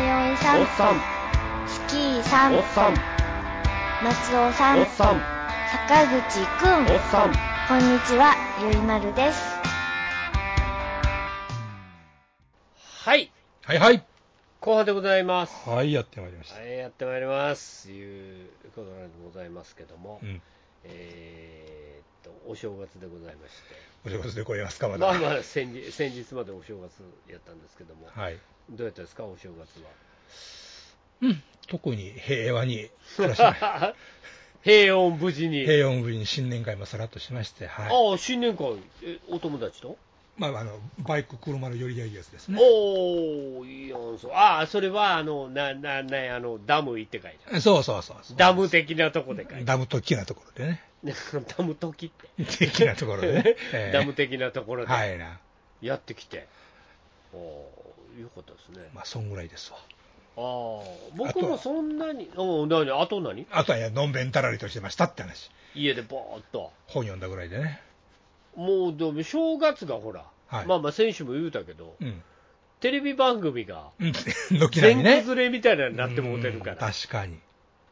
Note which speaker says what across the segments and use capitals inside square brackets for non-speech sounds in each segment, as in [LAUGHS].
Speaker 1: っさん
Speaker 2: スキーさん
Speaker 1: おっさん
Speaker 2: 松尾さん
Speaker 1: おっさん
Speaker 2: 坂口くん
Speaker 1: おっさん
Speaker 2: こんにちはゆいまるです
Speaker 1: はい
Speaker 3: はいはい。
Speaker 1: 後半でございます
Speaker 3: はい、やってまいりました。
Speaker 1: はいやってまいりますいうことなんでございますけども、
Speaker 3: うん。
Speaker 1: えーっとお正月でございまして
Speaker 3: お正月でございますか、まだ。
Speaker 1: まあまあ先日先日までお正月やったんですけども、
Speaker 3: はい。
Speaker 1: どうやったですかお正月は
Speaker 3: 特に平和に暮らしました
Speaker 1: [LAUGHS] 平穏無事に、
Speaker 3: 平穏ぶりに新年会もさらっとしまして、はい。
Speaker 1: ああ新年会えお友達と、
Speaker 3: まあ、あの、バイク、車の寄り合いやつですね。
Speaker 1: おおいいやんそうああそれはあのなななあのダム行って書いてある
Speaker 3: そうそうそうそう。
Speaker 1: ダム的なとこで書いてあ
Speaker 3: ダム的なところでね。
Speaker 1: る [LAUGHS] ダム時って、。
Speaker 3: 的なところでねえー
Speaker 1: [LAUGHS] ダム的なところで
Speaker 3: はいな。
Speaker 1: やってきて、おーよかったですね、
Speaker 3: まあ、そんぐらいですわ。
Speaker 1: あー僕もそんなに、うん、何あと何
Speaker 3: あとは、いやのんべんたらりとしてましたって話。
Speaker 1: 家でぼーっと、
Speaker 3: 本読んだぐらいでね。
Speaker 1: もうでも正月がほら、
Speaker 3: はい
Speaker 1: まあまあ、選手も言うたけど、
Speaker 3: うん。
Speaker 1: テレビ番組が
Speaker 3: うん。 [LAUGHS] 軒並
Speaker 1: 全
Speaker 3: みね。
Speaker 1: 崩れみたいなのになってもうてるか
Speaker 3: う
Speaker 1: ら、
Speaker 3: ん確かに。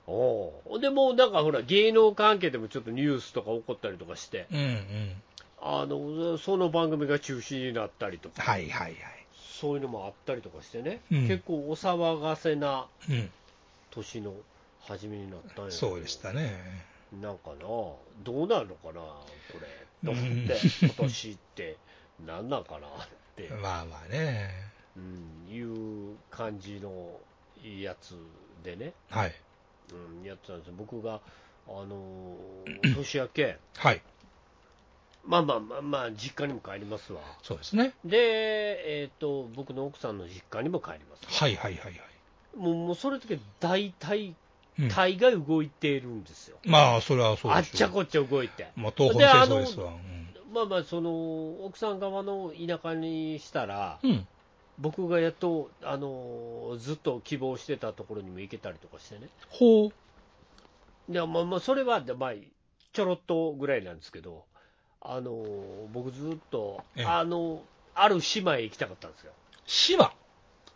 Speaker 1: おうでもうなんかほら、芸能関係でもちょっとニュースとか起こったりとかして、
Speaker 3: うんうん。
Speaker 1: あのその番組が中止になったりとか、
Speaker 3: はいはいはい。
Speaker 1: そういうのもあったりとかしてね、
Speaker 3: うん
Speaker 1: 結構お騒がせな
Speaker 3: うん。
Speaker 1: 年の初めになったんやけど
Speaker 3: そうでしたね。
Speaker 1: なんかな、どうなるのかな、これ、と思って、
Speaker 3: うん
Speaker 1: 今年って、なんなんかなって、
Speaker 3: まあまあね。
Speaker 1: うん、いう感じのやつでね、
Speaker 3: はい。
Speaker 1: うん、やってたんですよ僕が、あのー年明
Speaker 3: [CLEARS THROAT]
Speaker 1: け、
Speaker 3: はい。
Speaker 1: まあまあまあ、まあ、実家にも帰りますわ。
Speaker 3: そうですね。
Speaker 1: で、えっ、と、僕の奥さんの実家にも帰ります。
Speaker 3: はいはいはいはい。
Speaker 1: もう、もうそれだけ大体、
Speaker 3: うん
Speaker 1: 大概動いているんですよ。
Speaker 3: まあ、それはそう
Speaker 1: あ
Speaker 3: で
Speaker 1: っ
Speaker 3: しょう。
Speaker 1: ちゃこっちゃ動いて。
Speaker 3: まあ、東北戦争ですわ。うん
Speaker 1: まあまあ、その奥さん側の田舎にしたら、
Speaker 3: うん。
Speaker 1: 僕がやっと、あのずっと希望してたところにも行けたりとかしてね、
Speaker 3: ほう。
Speaker 1: でまあ、まあそれは、でまあ、ちょろっとぐらいなんですけど、あの僕、ずっと、
Speaker 3: ええ
Speaker 1: あのある島へ行きたかったんですよ、
Speaker 3: 島。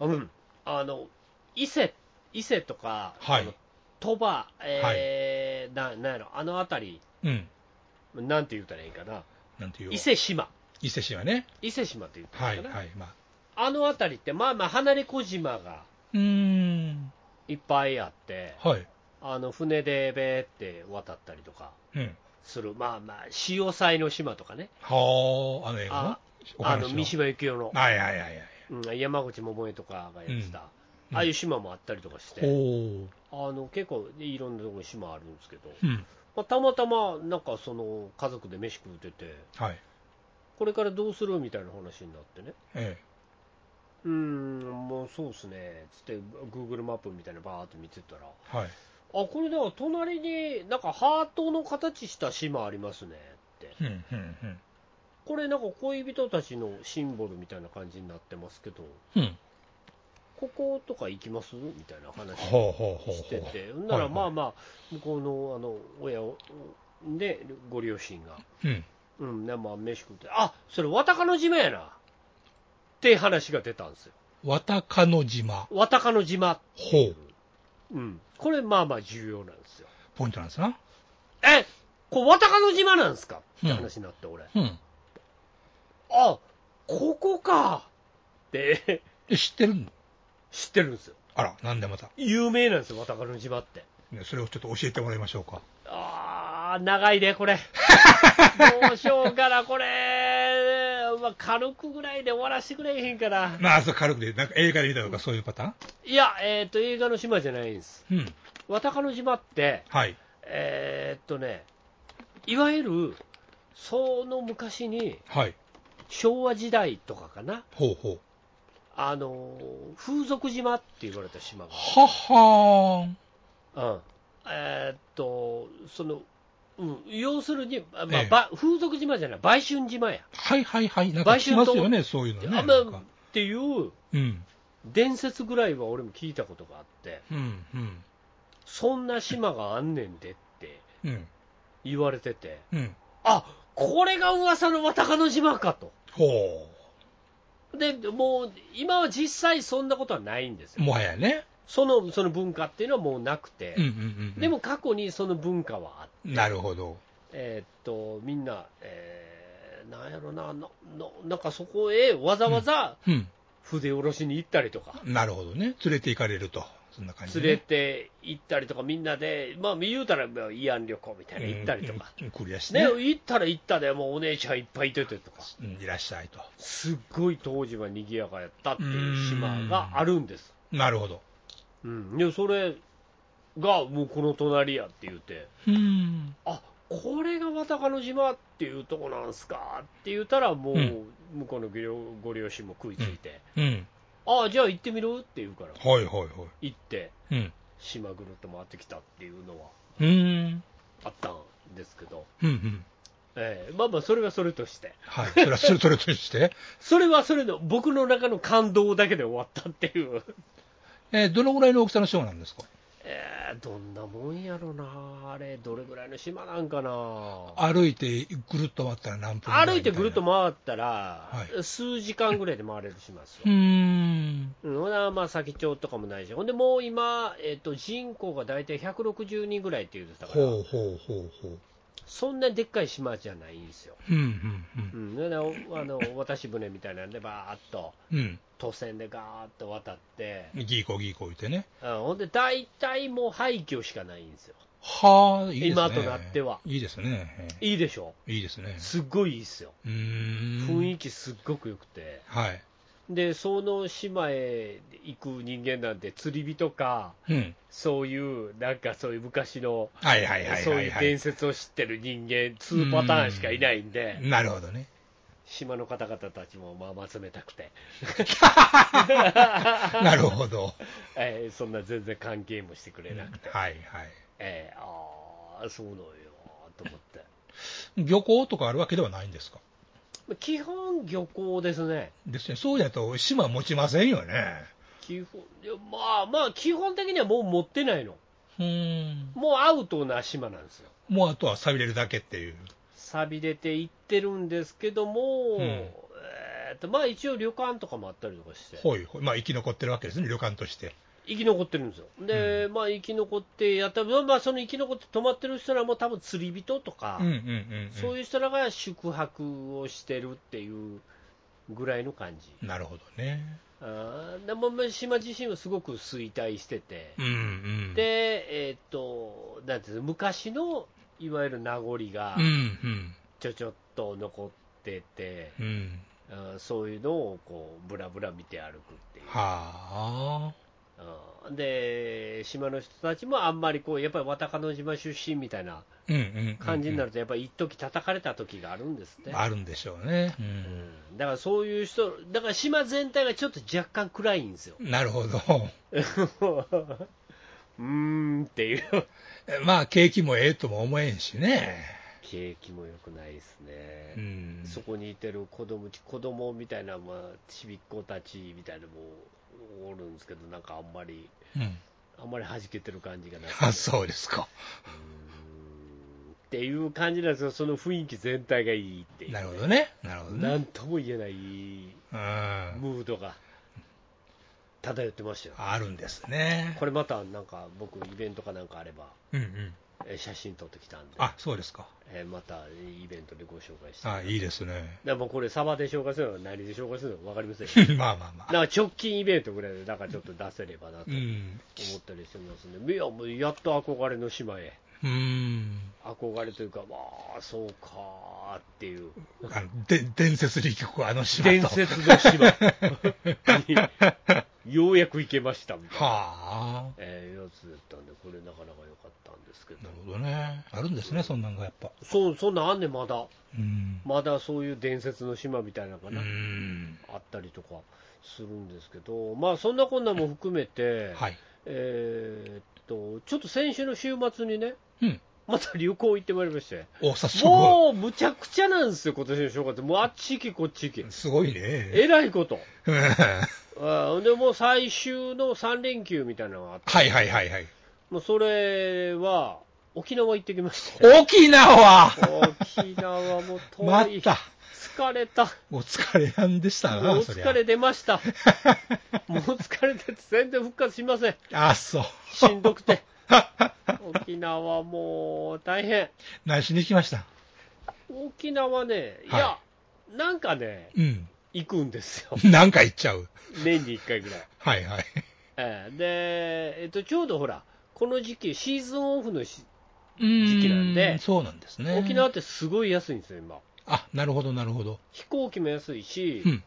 Speaker 1: うん、あの伊勢伊勢とか、
Speaker 3: はい
Speaker 1: あの鳥羽、えーななんやろ、あの辺
Speaker 3: うん。
Speaker 1: り、なんて言ったらいいかな、
Speaker 3: なんていう。
Speaker 1: 伊。勢島、
Speaker 3: 伊勢島ね。
Speaker 1: 伊勢島って言ったら
Speaker 3: はい
Speaker 1: い
Speaker 3: い
Speaker 1: かな。
Speaker 3: はい。まあ。
Speaker 1: あの辺りって、まあまあ、離れ小島が
Speaker 3: うーん。
Speaker 1: いっぱいあって、
Speaker 3: はい。
Speaker 1: あの船でべーって渡ったりとか
Speaker 3: うん。
Speaker 1: する、まあまあ、潮騒の島とかね、
Speaker 3: はあ、あの映画の
Speaker 1: あ
Speaker 3: お
Speaker 1: あ
Speaker 3: 話
Speaker 1: の三島由紀夫の、
Speaker 3: はいはいはいはい。
Speaker 1: うん山口百恵とかがやってた、
Speaker 3: うん
Speaker 1: ああいう島もあったりとかして、
Speaker 3: ほう。
Speaker 1: あの結構いろんなところに島あるんですけど、
Speaker 3: うん。
Speaker 1: まあ、たまたまなんかその家族で飯食うてて、
Speaker 3: はい。
Speaker 1: これからどうするみたいな話になってね。
Speaker 3: え
Speaker 1: うーんもうそうっすねつって Google マップみたいなのバーって見てたら
Speaker 3: え。はい。
Speaker 1: あこれだから隣になんかハートの形した島ありますねって
Speaker 3: うんうんうん。
Speaker 1: これなんか恋人たちのシンボルみたいな感じになってますけど
Speaker 3: うん。
Speaker 1: こことか行きますみたいな話
Speaker 3: ほうほうほうほう。
Speaker 1: しててほんならまあ
Speaker 3: は
Speaker 1: まあ向こうのあの親をでご両親が
Speaker 3: いはい。うん。
Speaker 1: うんねまあ飯食ってあそれ渡鹿の島やなって話が出たんですよ
Speaker 3: 渡鹿の島。
Speaker 1: 渡鹿の島って
Speaker 3: ほう。
Speaker 1: うん、これまあまあ重要なんですよ。
Speaker 3: ポイントなんですな。
Speaker 1: えこれ、渡鹿の島なんですかって話になって、俺、
Speaker 3: うん。
Speaker 1: あここかって
Speaker 3: え、知ってるの
Speaker 1: 知ってるんですよ。
Speaker 3: あら、なんでまた。
Speaker 1: 有名なんですよ、渡鹿の島って。
Speaker 3: ねそれをちょっと教えてもらいましょうか。
Speaker 1: あー、長いね、これ。どうしようかな、これ。まあ、軽くぐらいで終わらせてくれへんから。
Speaker 3: まあ、そう軽くで、なんか映画で見たとかそういうパタ
Speaker 1: いや、えっ、と、映画の島じゃないんです。
Speaker 3: ーンうん。
Speaker 1: 渡鹿の島って、
Speaker 3: はい。
Speaker 1: えーっとね、いわゆる、その昔に、
Speaker 3: はい。
Speaker 1: 昭和時代とかかな。
Speaker 3: ほうほう。
Speaker 1: あのー風俗島って言われた島が
Speaker 3: ははーん。
Speaker 1: うん、えーっとその、うん、要するに、あまあ
Speaker 3: ええ
Speaker 1: ば風俗島じゃない売春島や、
Speaker 3: はいはいはい。なんか聞きますよね、そういうのね。
Speaker 1: あんま
Speaker 3: なんか
Speaker 1: っていう
Speaker 3: うん。
Speaker 1: 伝説ぐらいは俺も聞いたことがあって
Speaker 3: うん。うん。
Speaker 1: そんな島があんねんでって
Speaker 3: うん。
Speaker 1: 言われてて
Speaker 3: うん。
Speaker 1: あこれが噂の渡鹿の島かと
Speaker 3: ほ
Speaker 1: でもう今は実際そんなことはないんです
Speaker 3: う。
Speaker 1: よ
Speaker 3: もはやね。
Speaker 1: そのその文化っていうのはもうなくて、
Speaker 3: うんうんうんうん。
Speaker 1: でも過去にその文化はあって、
Speaker 3: なるほど。
Speaker 1: えーっとみんな、えーなんやろなのの、なんかそこへわざわざ
Speaker 3: うん。
Speaker 1: 筆下ろしに行ったりとか、
Speaker 3: なるほどね。連れて行かれると。そんな感じ、
Speaker 1: 連れて行ったりとか、みんなで、まあ、言うたらまあ慰安旅行みたいな行ったりとか、
Speaker 3: うん。うんクリアして
Speaker 1: ね、
Speaker 3: ね。
Speaker 1: 行ったら行ったで、もうお姉ちゃんいっぱいいててとか、
Speaker 3: うん、いらっしゃいと。
Speaker 1: すっごい当時は賑やかやったっていう島があるんです。
Speaker 3: なるほど。
Speaker 1: うん、でそれがもうこの隣やって言うて、
Speaker 3: うん。
Speaker 1: あこれが渡鹿の島っていうとこなんすかって言ったら、もう
Speaker 3: うん
Speaker 1: 向こうのご両ご両親も食いついて、
Speaker 3: うん。
Speaker 1: ああ、じゃあ行ってみるって言うから、
Speaker 3: はいはいは
Speaker 1: 行って、
Speaker 3: い。うん。
Speaker 1: 島ぐるっと回ってきたっていうのは
Speaker 3: うん。
Speaker 1: あったんですけど、
Speaker 3: うんうん。
Speaker 1: ええまあまあ、それはそれとして、
Speaker 3: はい。それは、それそれ
Speaker 1: [LAUGHS]
Speaker 3: として。
Speaker 1: それはそれの、僕の中の感動だけで終わったっていう、
Speaker 3: えーどのぐらいの大きさのショーなんですか
Speaker 1: ええどんなもんやろな、あれ、どれぐらいの島なんかな。
Speaker 3: 歩いてぐるっと回ったら何分ぐらい
Speaker 1: 歩いてぐるっと回ったら、
Speaker 3: は
Speaker 1: 数時間ぐらいで回れるします
Speaker 3: う
Speaker 1: よ、
Speaker 3: ーん。
Speaker 1: うん、ほなまあ先町とかもないし、ほんでもう今、えっと人口が大体160人ぐらいって言ってたから、
Speaker 3: ほうほうほうほう。
Speaker 1: そんなでっかい島じゃないんですよ、
Speaker 3: うん
Speaker 1: う
Speaker 3: うん
Speaker 1: ん、ほなおあの渡し船みたいなんで、ばーっと、
Speaker 3: うん。
Speaker 1: 渡船でガーっと渡って、
Speaker 3: うん。ギーコギーコ言ってね。
Speaker 1: うん、ほんで大体もう廃墟しかないんですよ、
Speaker 3: はあ、いいですね。
Speaker 1: 今となってはい
Speaker 3: いですね。え
Speaker 1: いいでしょ、
Speaker 3: えいいですね。
Speaker 1: すっごいいいですよ、
Speaker 3: うーん。
Speaker 1: 雰囲
Speaker 3: 気。
Speaker 1: 気すっごく良くて。
Speaker 3: はい。
Speaker 1: でその島へ行く人間なんて釣り人か
Speaker 3: うん。
Speaker 1: そういうなんかそういう昔の
Speaker 3: はいはいはいはい、はい。
Speaker 1: そういう伝説を知ってる人間2パターンしかいないんで
Speaker 3: なるほどね。
Speaker 1: 島の方々たちもまあまあ冷たくて、
Speaker 3: なる
Speaker 1: [LAUGHS]
Speaker 3: ほど。
Speaker 1: えーそんな全然関係もしてくれなくて、
Speaker 3: はいはい。
Speaker 1: えーああそうなのよと思って
Speaker 3: 漁港とかあるわけではないんですか
Speaker 1: まあ基本漁港ですね
Speaker 3: ですね。そうやと島は持ちませんよね。
Speaker 1: 基本いやまあまあ基本的にはもう持ってないの
Speaker 3: うーん。
Speaker 1: もうアウトな島なんですよ
Speaker 3: もうあとは錆びれるだけっていう。
Speaker 1: 錆びれていってるんですけども、
Speaker 3: うん
Speaker 1: えーとまあ、一応旅館とかもあったりとかして、
Speaker 3: ほいほい。まあ生き残ってるわけですね、旅館として。
Speaker 1: 生き残ってるんですよ、で、まあ、生き残ってやった、まあ、その生き残って泊まってる人らも多分釣り人とか、
Speaker 3: うんうんうん、うん。
Speaker 1: そういう人らが宿泊をしてるっていうぐらいの感じ、
Speaker 3: なるほどね。
Speaker 1: あーでもまあ島自身はすごく衰退してて、
Speaker 3: うんうん。、
Speaker 1: で、えーっと、なんていうの、昔のいわゆる名残が
Speaker 3: うんうん。
Speaker 1: ちょちょっと残ってて。
Speaker 3: うん。
Speaker 1: あーそういうのをこうブラブラ見て歩くっていう、あ
Speaker 3: はあ。
Speaker 1: ーで島の人たちもあんまりこうやっぱり渡鹿の島出身みたいな
Speaker 3: うんうんうんうん。
Speaker 1: 感じになると、やっぱり一時叩かれた時があるんですって、
Speaker 3: あるんでしょうね。う。
Speaker 1: うんん、だからそういう人、だから島全体がちょっと若干暗いんですよ、
Speaker 3: [LAUGHS] なるほど。
Speaker 1: うーんっていう、
Speaker 3: まあ、景気もええとも思えんしね。
Speaker 1: 景気も良くないですね。
Speaker 3: うん。
Speaker 1: そこにいてる子供ち子供みたいな、まあ、ちびっ子たちみたいなのもおるんですけど、なんかあんまり
Speaker 3: うん。
Speaker 1: あんまり弾けてる感じがなくて
Speaker 3: [LAUGHS] あ、そうですか。
Speaker 1: っていう感じなんですよ、その雰囲気全体がいいっていう、
Speaker 3: なるほどね。なるほどね。
Speaker 1: なんとも言えない
Speaker 3: うん。
Speaker 1: ムードが漂ってましたよ、
Speaker 3: あるんですね。
Speaker 1: これまたなんか僕、イベントかなんかあれば、
Speaker 3: うんうん。
Speaker 1: え写真撮ってきたんで、
Speaker 3: あ、そうですか。
Speaker 1: えまたイベントでご紹介して、
Speaker 3: あ、いいですね。
Speaker 1: でもうこれ、サバで紹介するのは何で紹介するのか分かりません
Speaker 3: [LAUGHS]
Speaker 1: よ
Speaker 3: まあまあまあ。
Speaker 1: なんか直近イベントぐらいで、なんかちょっと出せればなと
Speaker 3: う
Speaker 1: 思
Speaker 3: ん。
Speaker 1: ったりしてますんで、いや、もうやっと憧れの島へ。
Speaker 3: うん。
Speaker 1: 憧れというか、まあ、そうかーっていう、
Speaker 3: あので伝説に聞くあの島と。
Speaker 1: 伝説の
Speaker 3: [LAUGHS]
Speaker 1: 島に、ようやく行けましたみた
Speaker 3: [LAUGHS]
Speaker 1: いな、
Speaker 3: はあ。
Speaker 1: えーやつだったんで、これ、なかなか良かったんですけど
Speaker 3: なる、ほどね。あるんですね、そんなんがやっぱ。
Speaker 1: そうそんなんあんねん、まだ、
Speaker 3: うん。
Speaker 1: まだそういう伝説の島みたいなのか
Speaker 3: う
Speaker 1: な、
Speaker 3: ん。
Speaker 1: あったりとかするんですけど、まあ、そんなこんなも含めて、
Speaker 3: はい。
Speaker 1: えーっと、ちょっと先週の週末にね、
Speaker 3: うん。
Speaker 1: また旅行行ってまいりまして。
Speaker 3: お、早速。
Speaker 1: もうむちゃくちゃなんですよ、今年の正月、もうあっち行き、こっち行き、
Speaker 3: すごいね。
Speaker 1: えらいこと、
Speaker 3: うんは
Speaker 1: あーでもう最終の3連休みたいなのがあって、
Speaker 3: い [LAUGHS] はいはいはい。
Speaker 1: もうそれは沖縄行ってきました。
Speaker 3: 沖縄
Speaker 1: 沖縄も遠
Speaker 3: ま
Speaker 1: い、
Speaker 3: た。
Speaker 1: 疲れた。
Speaker 3: お疲れなんでした
Speaker 1: もう
Speaker 3: な、そりゃ
Speaker 1: 疲。れ出ました。もう疲れてて全然復活し
Speaker 3: [LAUGHS]
Speaker 1: ません。 [LAUGHS]
Speaker 3: あ、そう。
Speaker 1: しんどくて。沖縄もう大変。
Speaker 3: 何しに来ました
Speaker 1: 沖縄ね、いや
Speaker 3: は、
Speaker 1: なんかね、
Speaker 3: うん。
Speaker 1: 行くんです
Speaker 3: [LAUGHS]
Speaker 1: よ。
Speaker 3: なんか行っちゃう。
Speaker 1: 年に1回ぐらい。
Speaker 3: はいはい。
Speaker 1: ええで、えっと、ちょうどほら、この時期、シーズンオフのし、
Speaker 3: 時
Speaker 1: 期なんで
Speaker 3: そうなんですね。
Speaker 1: 沖縄ってすごい安いんですよ、今。
Speaker 3: あ、なるほど、なるほど。
Speaker 1: 飛行機も安いし、
Speaker 3: うん。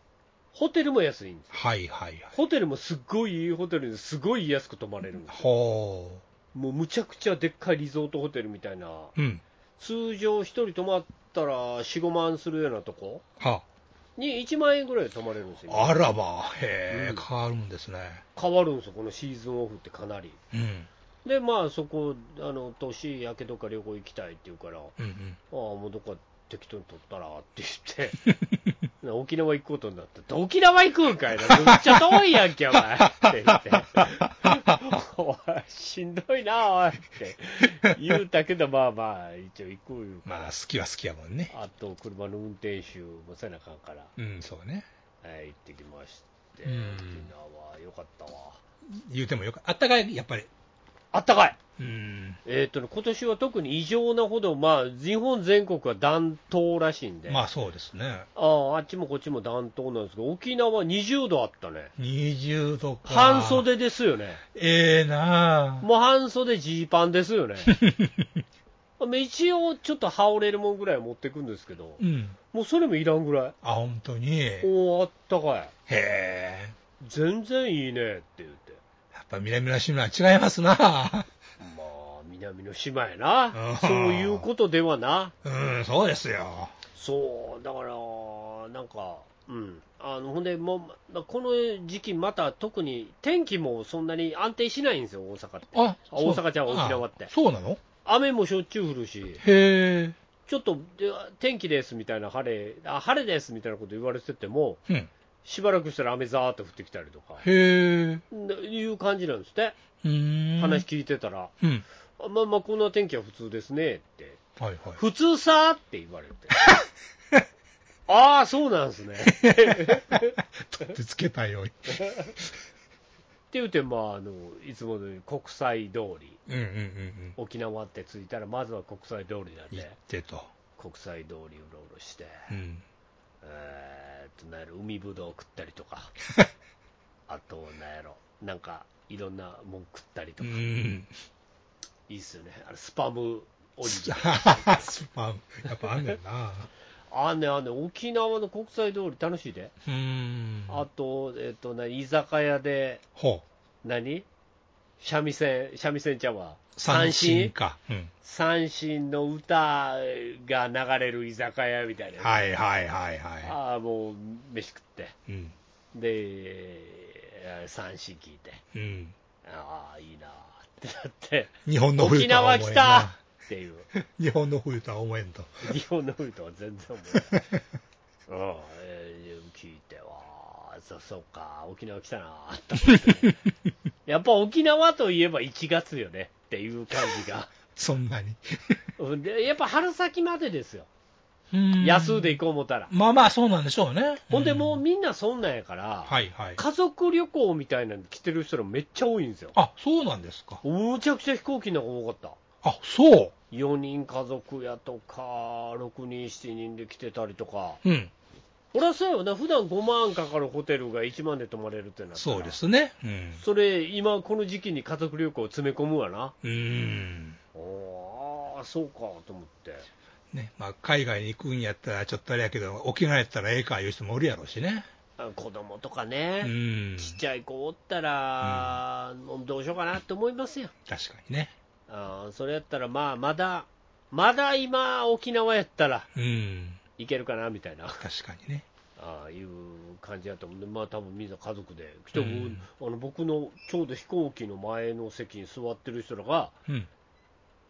Speaker 1: ホテルも安いんです。
Speaker 3: はいはいはい。
Speaker 1: ホテルもすっごいいいホテルですごい安く泊まれるんですよ
Speaker 3: ほ
Speaker 1: もうむちゃくちゃでっかいリゾートホテルみたいな、
Speaker 3: う。うん。
Speaker 1: 通常1人泊まったら4、5万するようなとこ
Speaker 3: は
Speaker 1: に1万円ぐらいで泊まれるんですよ、
Speaker 3: あ。あらば、へえ、
Speaker 1: うん
Speaker 3: 変わるんですね。
Speaker 1: 変わるんですよ、このシーズンオフってかなり。
Speaker 3: うん。
Speaker 1: で、まあそこ、あの年明けどっか旅行行きたいって言うから、あ
Speaker 3: うんう
Speaker 1: あ、
Speaker 3: ん。
Speaker 1: もうどっか適当に取ったらって言っ
Speaker 3: [LAUGHS]
Speaker 1: て、な沖縄行くことになって、沖縄行くんかいな、めっちゃ遠いや
Speaker 3: [LAUGHS]
Speaker 1: んけ、お前って言って、 [LAUGHS] おい、しんどいな、おいって言うたけど、まあまあ、一応行くいうから
Speaker 3: まあ、好きは好きやもんね。
Speaker 1: あと車の運転手もせなあかんから、
Speaker 3: うん、そうね。
Speaker 1: はい、行ってきまして、
Speaker 3: う
Speaker 1: 沖
Speaker 3: ん
Speaker 1: 縄よかったわ。
Speaker 3: 言うてもよかあったかい、やっぱり。
Speaker 1: あったかい
Speaker 3: うん。
Speaker 1: えーっとね、今年は特に異常なほど、まあ、日本全国は暖冬らしいんで、
Speaker 3: ま
Speaker 1: あ
Speaker 3: あ、そうですね。
Speaker 1: あ、あっちもこっちも暖冬なんですけど、沖縄20度あったね、
Speaker 3: 20度か。
Speaker 1: 半。袖ですよね、
Speaker 3: ええなあ
Speaker 1: もう半袖ジーパンですよ
Speaker 3: [LAUGHS]
Speaker 1: ね、まあ一応ちょっと羽織れるもんぐらいは持ってくんですけど、
Speaker 3: うん。
Speaker 1: もうそれもいらんぐらい、
Speaker 3: あ、本当に。へ
Speaker 1: おお、あったかい、
Speaker 3: え。
Speaker 1: 全然いいねって言って。
Speaker 3: やっぱ南の島は違いま
Speaker 1: [LAUGHS]
Speaker 3: すな。
Speaker 1: まあ、南の島やな
Speaker 3: あ、ー
Speaker 1: そういうことではな、
Speaker 3: うん、そうですよ。
Speaker 1: そう、だから、なんか、うん、あのほんで、もうまこの時期、また特に天気もそんなに安定しないんですよ、大阪って。
Speaker 3: あ、
Speaker 1: 大阪ちゃう
Speaker 3: そう
Speaker 1: 沖縄って
Speaker 3: あそうなの
Speaker 1: 雨もしょっちゅう降るし、
Speaker 3: へえ。
Speaker 1: ちょっとで天気ですみたいな、晴れあ、晴れですみたいなこと言われてても、
Speaker 3: うん。
Speaker 1: しばらくしたら雨ざーっと降ってきたりとか、
Speaker 3: へえ。
Speaker 1: ないう感じなんですって、
Speaker 3: うーん。
Speaker 1: 話。聞いてたら、
Speaker 3: うん。
Speaker 1: あまあまあ、こんな天気は普通ですねって。
Speaker 3: はいはい。
Speaker 1: 普通さーって言
Speaker 3: [LAUGHS]
Speaker 1: われて。ああ、そうなんですね。って
Speaker 3: 取ってつけたように。
Speaker 1: 言うて、まあ、あの、いつものように国際通り、
Speaker 3: うんうんうん
Speaker 1: 沖縄って着いたら、まずは国際通りなん
Speaker 3: うん。行
Speaker 1: で
Speaker 3: っ、てと。
Speaker 1: 国際通りうろうろして、
Speaker 3: うん。
Speaker 1: えーっと、なんやろ、海ぶどう食ったりと
Speaker 3: [LAUGHS]
Speaker 1: か、あと、なんやろ、なんか、いろんなもん食ったりと
Speaker 3: う
Speaker 1: か、
Speaker 3: ん。
Speaker 1: いいっすよね。あれスパムオリジ
Speaker 3: [LAUGHS] ス
Speaker 1: ナル。
Speaker 3: パン。やっぱあんねんな。
Speaker 1: あんねんあんねん、沖縄の国際通り楽しいで。
Speaker 3: うーん。
Speaker 1: あと、えーっと、な居酒屋で、
Speaker 3: ほう。
Speaker 1: 何三味線、三味線ちゃんは
Speaker 3: 三
Speaker 1: 三
Speaker 3: 振
Speaker 1: 振
Speaker 3: か。うん。
Speaker 1: 三振の歌が流れる居酒屋みたいな。
Speaker 3: はいはいはいは
Speaker 1: ああ、もう、飯食って。
Speaker 3: い。うん。
Speaker 1: で、三振聞いて。
Speaker 3: うん。
Speaker 1: ああ、いいなーってなって。
Speaker 3: 日本の冬
Speaker 1: 沖
Speaker 3: とは
Speaker 1: 縄
Speaker 3: 思え
Speaker 1: 来
Speaker 3: ん
Speaker 1: た
Speaker 3: な。
Speaker 1: っていう。
Speaker 3: 日本の冬とは思えんと。
Speaker 1: 日本の歌は全然思え
Speaker 3: [LAUGHS]
Speaker 1: ない。うん、えー聞いてわー、そそうか、沖縄来たなーって思ってねやっぱ沖縄といえば1月よねっていう感じが。
Speaker 3: そんなに。
Speaker 1: うんでやっぱ春先までですよ、
Speaker 3: うん
Speaker 1: 安うで行こう思ったら、
Speaker 3: まあまあ、そうなんでしょうね。
Speaker 1: ほんでもう
Speaker 3: う、
Speaker 1: みんなそんなんやから、
Speaker 3: はいはい。
Speaker 1: 家族旅行みたいなの来てる人らめっちゃ多いんですよ、
Speaker 3: あ、そうなんですか。
Speaker 1: むちゃくちゃ飛行機の方が多かっ
Speaker 3: あ、そう。
Speaker 1: た、4人家族やとか、6人、7人で来てたりとか、
Speaker 3: うん。
Speaker 1: 俺はそうやよな、普段5万かかるホテルが1万で泊まれるってなったら
Speaker 3: そうで、すね。うん。
Speaker 1: それ、今、この時期に家族旅行を詰め込むわな、
Speaker 3: うーん。
Speaker 1: おーあー、そうかと思って。
Speaker 3: ね、まあ、海外に行くんやったらちょっとあれやけど、沖縄やったらええかいう人もおるやろうしね。
Speaker 1: あ子供とか
Speaker 3: う
Speaker 1: ね、
Speaker 3: ん。
Speaker 1: ちっちゃい子おったら、もうどうしようかなって思いますよ。
Speaker 3: 確かにね。
Speaker 1: あーそれやったら、まあ、まだ、まだ今、沖縄やったら
Speaker 3: うん。
Speaker 1: いけるかなみたいな、
Speaker 3: 確かにね。
Speaker 1: あーいう感じやと思うんで、まあ、多分みんな家族で来て、
Speaker 3: うん
Speaker 1: あの僕のちょうど飛行機の前の席に座ってる人らが、
Speaker 3: うん。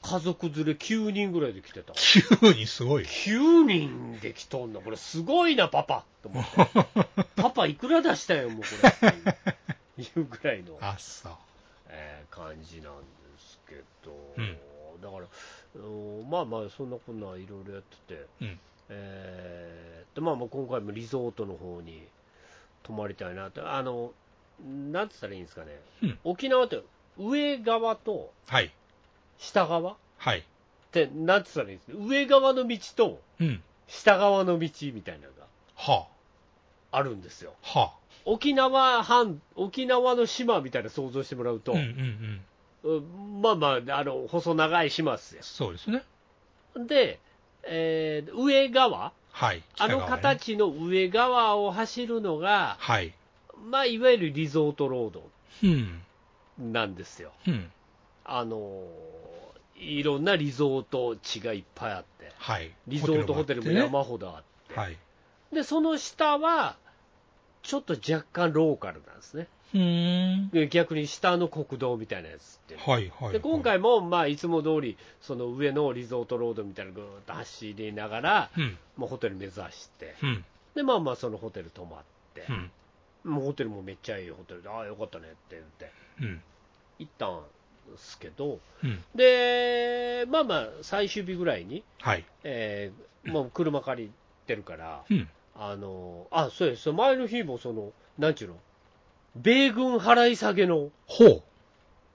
Speaker 1: 家族連れ9人ぐらいで来てた。
Speaker 3: 急にすごい。
Speaker 1: 9人で来とんの、これすごいな、パパと思って、
Speaker 3: [LAUGHS]
Speaker 1: パパいくら出したよ、もうこれっていういうぐらいの。
Speaker 3: あ、そう。
Speaker 1: えー感じなんですけど、
Speaker 3: うん
Speaker 1: だから、うんまあまあ、そんなこんないろいろやってて、
Speaker 3: うん。
Speaker 1: えー、とまあまあ今回もリゾートの方に泊まりたいなと、あのなんつったらいいんですかね、
Speaker 3: うん
Speaker 1: 沖縄って上側と
Speaker 3: はい。
Speaker 1: 下側っ
Speaker 3: はい。
Speaker 1: て、なんつったらいいんですか、上側の道と
Speaker 3: うん。
Speaker 1: 下側の道みたいなのが
Speaker 3: は
Speaker 1: あるんですよ、
Speaker 3: あ。は
Speaker 1: 沖縄半沖縄の島みたいな想像してもらう
Speaker 3: あ。
Speaker 1: と、
Speaker 3: うんうんうん。
Speaker 1: うんまあまあ、あの細長い島っすよ。
Speaker 3: そうですね。
Speaker 1: で、えー上側、
Speaker 3: はい。
Speaker 1: あの
Speaker 3: 北側ね。
Speaker 1: 形の上側を走るのが、
Speaker 3: はい。
Speaker 1: まあ、いわゆるリゾートロード
Speaker 3: うん。
Speaker 1: なんですよ。
Speaker 3: うん。
Speaker 1: あのーいろんなリゾート地がいっぱいあって、
Speaker 3: はい。
Speaker 1: リゾートホテルも山
Speaker 3: あっ
Speaker 1: ほどあって、
Speaker 3: てねはい。
Speaker 1: でその下は、ちょっと若干ローカルなんですね。
Speaker 3: うーん。
Speaker 1: で逆に下の国道みたいなやつっていうのは
Speaker 3: はいはい。
Speaker 1: で今回も、まあ、いつも通りその上のリゾートロードみたいなのぐーっと走りながら、
Speaker 3: うん。
Speaker 1: まあ、ホテル目指して
Speaker 3: うん。
Speaker 1: でまあまあそのホテル泊まって
Speaker 3: う、ん。
Speaker 1: もうホテルもめっちゃいいホテルでああよかったねって言って
Speaker 3: うん。
Speaker 1: 行ったんですけど
Speaker 3: うん。
Speaker 1: でまあまあ最終日ぐらいに、
Speaker 3: はい。
Speaker 1: えーまあ、車借りてるから
Speaker 3: うん。
Speaker 1: あのあそうですそう前の日もそのなんちゅうの米軍払い下げの
Speaker 3: ほう。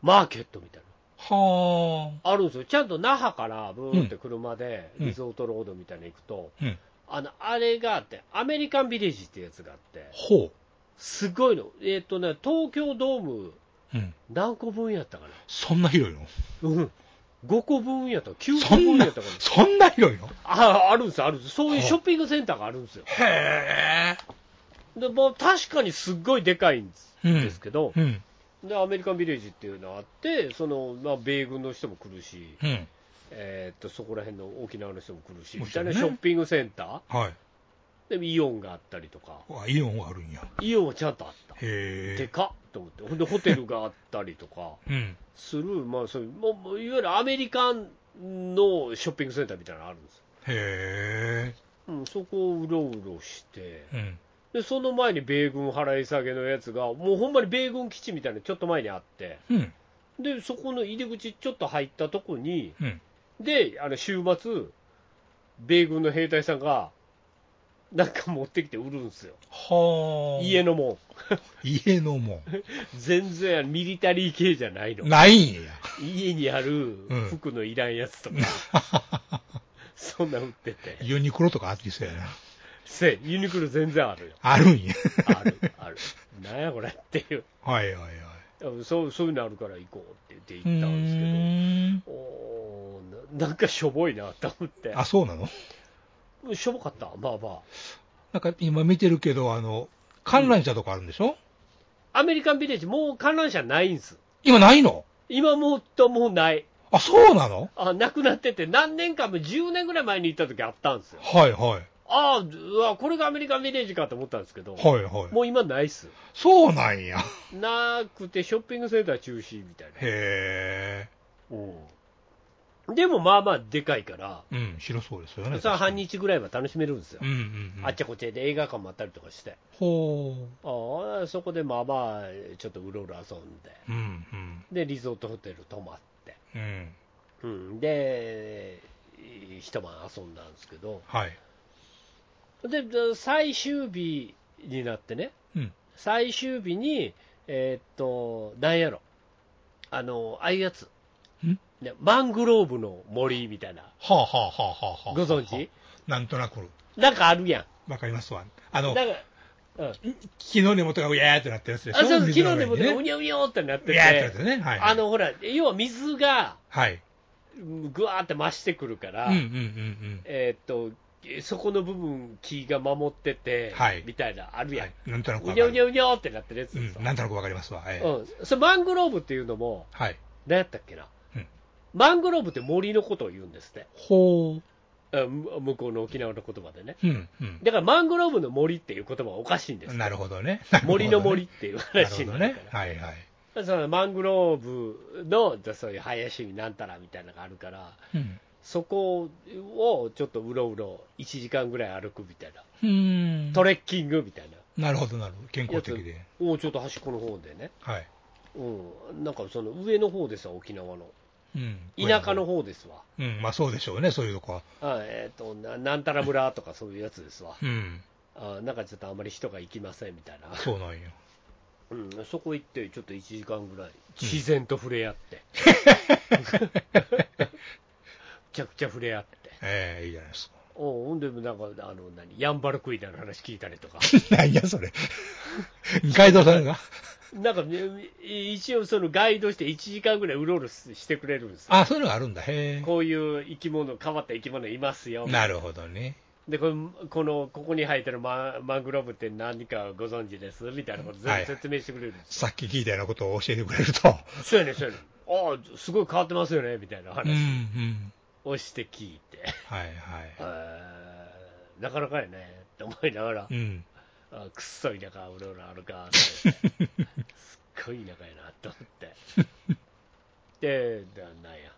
Speaker 1: マーケットみたいな。
Speaker 3: は
Speaker 1: あるんですよ、ちゃんと那覇からブーって車で
Speaker 3: うん
Speaker 1: リゾートロードみたいに行くと、
Speaker 3: あ。うん。
Speaker 1: あのあれがあって、アメリカンビレッジってやつがあって、
Speaker 3: ほ
Speaker 1: すごいの、えっ、とね、東京ドーム
Speaker 3: う。うん。
Speaker 1: 何個分やったかな、
Speaker 3: そんな広いの
Speaker 1: うん、5個分やったか、9
Speaker 3: そ
Speaker 1: 個
Speaker 3: ん
Speaker 1: 分
Speaker 3: な
Speaker 1: やったかな、、
Speaker 3: そんな広いの
Speaker 1: ああるんですよ、あるんですそういうショッピングセンターがあるんですよ、
Speaker 3: へえ。
Speaker 1: でもう確かにすっごいでかいんです,、
Speaker 3: うん
Speaker 1: ですけど、
Speaker 3: うん。
Speaker 1: で、アメリカンビレッジっていうのがあって、そのまあ、米軍の人も来るし、
Speaker 3: うん。
Speaker 1: えー、とそこら辺の沖縄の人も来るし、
Speaker 3: も
Speaker 1: み
Speaker 3: ち
Speaker 1: た
Speaker 3: ろ
Speaker 1: い
Speaker 3: んね
Speaker 1: なショッピングセンター。
Speaker 3: はい。
Speaker 1: でイオンがあったりとか、
Speaker 3: うわイオンがあるんや。
Speaker 1: イオンはちゃんとあった、
Speaker 3: へ
Speaker 1: で
Speaker 3: え。
Speaker 1: かっと思って、ほんでホテルがあったりとか [LAUGHS]
Speaker 3: うん。
Speaker 1: する、まあ、そういうもうもういわゆるアメリカンのショッピングセンターみたいなのあるんですよ、
Speaker 3: へ
Speaker 1: うん、そこをうろうろして
Speaker 3: え。、うん。
Speaker 1: でその前に米軍払い下げのやつが、もうほんまに米軍基地みたいなのちょっと前にあって、
Speaker 3: うん。
Speaker 1: でそこの入り口、ちょっと入ったとこに、
Speaker 3: うん。
Speaker 1: であの週末、米軍の兵隊さんが、なんか持ってきて売るんですよ、
Speaker 3: はあ。
Speaker 1: 家。のもん。
Speaker 3: 家のも
Speaker 1: 全然あのミリタリー系じゃないの
Speaker 3: ん。、 [LAUGHS] ないんや。
Speaker 1: 家にある
Speaker 3: うん
Speaker 1: 服のいらんやつとか、そんな売ってて、
Speaker 3: ユニクロとかあってそうやな。
Speaker 1: せユニクロ全然あるよ、
Speaker 3: あるんや。 [LAUGHS]
Speaker 1: ある、ある、なんやこれっていう、
Speaker 3: はいはいはい。
Speaker 1: そうそういうのあるから行こうって言って行ったんですけど、
Speaker 3: ん
Speaker 1: おーななんかしょぼいなと思って
Speaker 3: あ、、そうなの
Speaker 1: しょぼかった、まあま
Speaker 3: なんか今見てるけど、あの、観覧車とかあるんでしょ、
Speaker 1: あ、アメリカンビレッジ、もう観覧車ないんです、
Speaker 3: 今ないの
Speaker 1: 今もっともうない、
Speaker 3: あ、そうなの
Speaker 1: あなくなってて、何年か、もう10年ぐらい前に行った時あったんですよ、
Speaker 3: はいはい。
Speaker 1: ああ、うわこれがアメリカンビレッジかと思ったんですけど。
Speaker 3: はいはい。
Speaker 1: もう今ないっす。
Speaker 3: そうなんや。
Speaker 1: なくて、ショッピングセンター中止みたいな。
Speaker 3: へ
Speaker 1: うんでもまあまあでかいから、
Speaker 3: え。うん、広そうですよね。
Speaker 1: さ
Speaker 3: 確か
Speaker 1: 半
Speaker 3: に。
Speaker 1: 日ぐらいは楽しめるんですよ
Speaker 3: う。んうん、うん。
Speaker 1: あっちゃこっちゃで映画館もあったりとかして。
Speaker 3: ほ
Speaker 1: ああそこでまあまあ、ちょっとうろうろ遊んで。
Speaker 3: う。うんうん。
Speaker 1: で、リゾートホテル泊まって。
Speaker 3: うん。
Speaker 1: うん、で、一晩遊んだんですけど。
Speaker 3: はい。
Speaker 1: で、で最終日になってね。
Speaker 3: うん。
Speaker 1: 最終日に、えーっと、なんやろ、あの、ああいうやつ
Speaker 3: ん、
Speaker 1: ね、マングローブの森みたいな、
Speaker 3: はあはあはあはあはあ。
Speaker 1: ご存知
Speaker 3: なんとなく、
Speaker 1: なんかあるや
Speaker 3: わかりますわ。あ
Speaker 1: ん、
Speaker 3: の、
Speaker 1: なんか、うん、あ
Speaker 3: 昨日根元がうやーってなったやつでしょ
Speaker 1: そう昨日
Speaker 3: 水の
Speaker 1: で
Speaker 3: 上
Speaker 1: も
Speaker 3: に
Speaker 1: ね、う
Speaker 3: ね。
Speaker 1: にょうにょってなって
Speaker 3: うやーってなって
Speaker 1: て、
Speaker 3: ね。はい。
Speaker 1: あ、のほら、要は水が
Speaker 3: はい。
Speaker 1: うんぐわーって増してくるか
Speaker 3: う
Speaker 1: ら、
Speaker 3: んうんうん
Speaker 1: えーっと、そこの部分、木が守ってて、
Speaker 3: はい
Speaker 1: みたいな、ある
Speaker 3: うん。
Speaker 1: や
Speaker 3: は
Speaker 1: ん
Speaker 3: い。。なんとなく
Speaker 1: う
Speaker 3: わ
Speaker 1: に
Speaker 3: か
Speaker 1: ょうに
Speaker 3: る。
Speaker 1: ょうにょってなってるやつ
Speaker 3: う
Speaker 1: で
Speaker 3: ん
Speaker 1: す、
Speaker 3: なんとなくわかりますわ。ええ。
Speaker 1: うん、それマングローブっていうのも、
Speaker 3: はい。
Speaker 1: 何やったっけな、
Speaker 3: うん
Speaker 1: マングローブって森のことを言うんですって、
Speaker 3: ほ
Speaker 1: あむ向こうの沖縄の言葉でね。
Speaker 3: う。うんうん。
Speaker 1: だからマングローブの森っていう言葉はおかしいんです。
Speaker 3: なるほどね。
Speaker 1: 森の森っていう
Speaker 3: なるほ
Speaker 1: 話に
Speaker 3: ど
Speaker 1: なる
Speaker 3: ね
Speaker 1: か。ら。
Speaker 3: はいはい。
Speaker 1: そのマングローブのだそういう林になんたらみたいなのがあるから、
Speaker 3: うん。
Speaker 1: そこをちょっとうろうろ1時間ぐらい歩くみたいな、
Speaker 3: うん
Speaker 1: トレッキングみたいな、
Speaker 3: なるほどなるほど。健康的で。
Speaker 1: おうちょっと端っこの方でね、
Speaker 3: はい。
Speaker 1: うん、なんかその上の方でさ、沖縄の、
Speaker 3: ううん
Speaker 1: 田舎の方ですわ。
Speaker 3: うん、まあそうでしょうね、そういうとこは。
Speaker 1: あえっ、とな、なんたら村とかそういうやつですわ。
Speaker 3: うん、
Speaker 1: あなんかちょっとあんまり人が行きませんみたいな。
Speaker 3: そうなんよ。
Speaker 1: うん、そこ行って、ちょっと1時間ぐらい、自然と触れ合 [LAUGHS] って。めちゃくちゃ触れ合って。
Speaker 3: ええいいじゃないですか。
Speaker 1: おうほんで、なんか、あの、何、ヤンバルクイナの話聞いたりとか。
Speaker 3: 何や [LAUGHS] それ。二階堂さんが。
Speaker 1: なんかね、一応そのガイドして1時間ぐらいうろうろしてくれるんですよ。
Speaker 3: あ、そういうのがあるんだ。へ
Speaker 1: こういう生き物、変わった生き物いますよ
Speaker 3: え。。なるほどね。
Speaker 1: で、この、このここに生えてるマンマングローブって何かご存知ですみたいなこと全
Speaker 3: は
Speaker 1: 部
Speaker 3: い
Speaker 1: 説明してくれるんですよ。
Speaker 3: さっき聞いたようなことを教えてくれると。
Speaker 1: そうやね、そうやね。ああ、すごい変わってますよね、みたいな
Speaker 3: うん、う
Speaker 1: 話
Speaker 3: ん。
Speaker 1: をして聞いて。
Speaker 3: はいは
Speaker 1: あーなかなかやね、って思いながら
Speaker 3: い。う、ん。
Speaker 1: あくっそ田舎、うろうろあるか、って
Speaker 3: [LAUGHS]
Speaker 1: すっごい田舎やな、と思って。で、だなんや。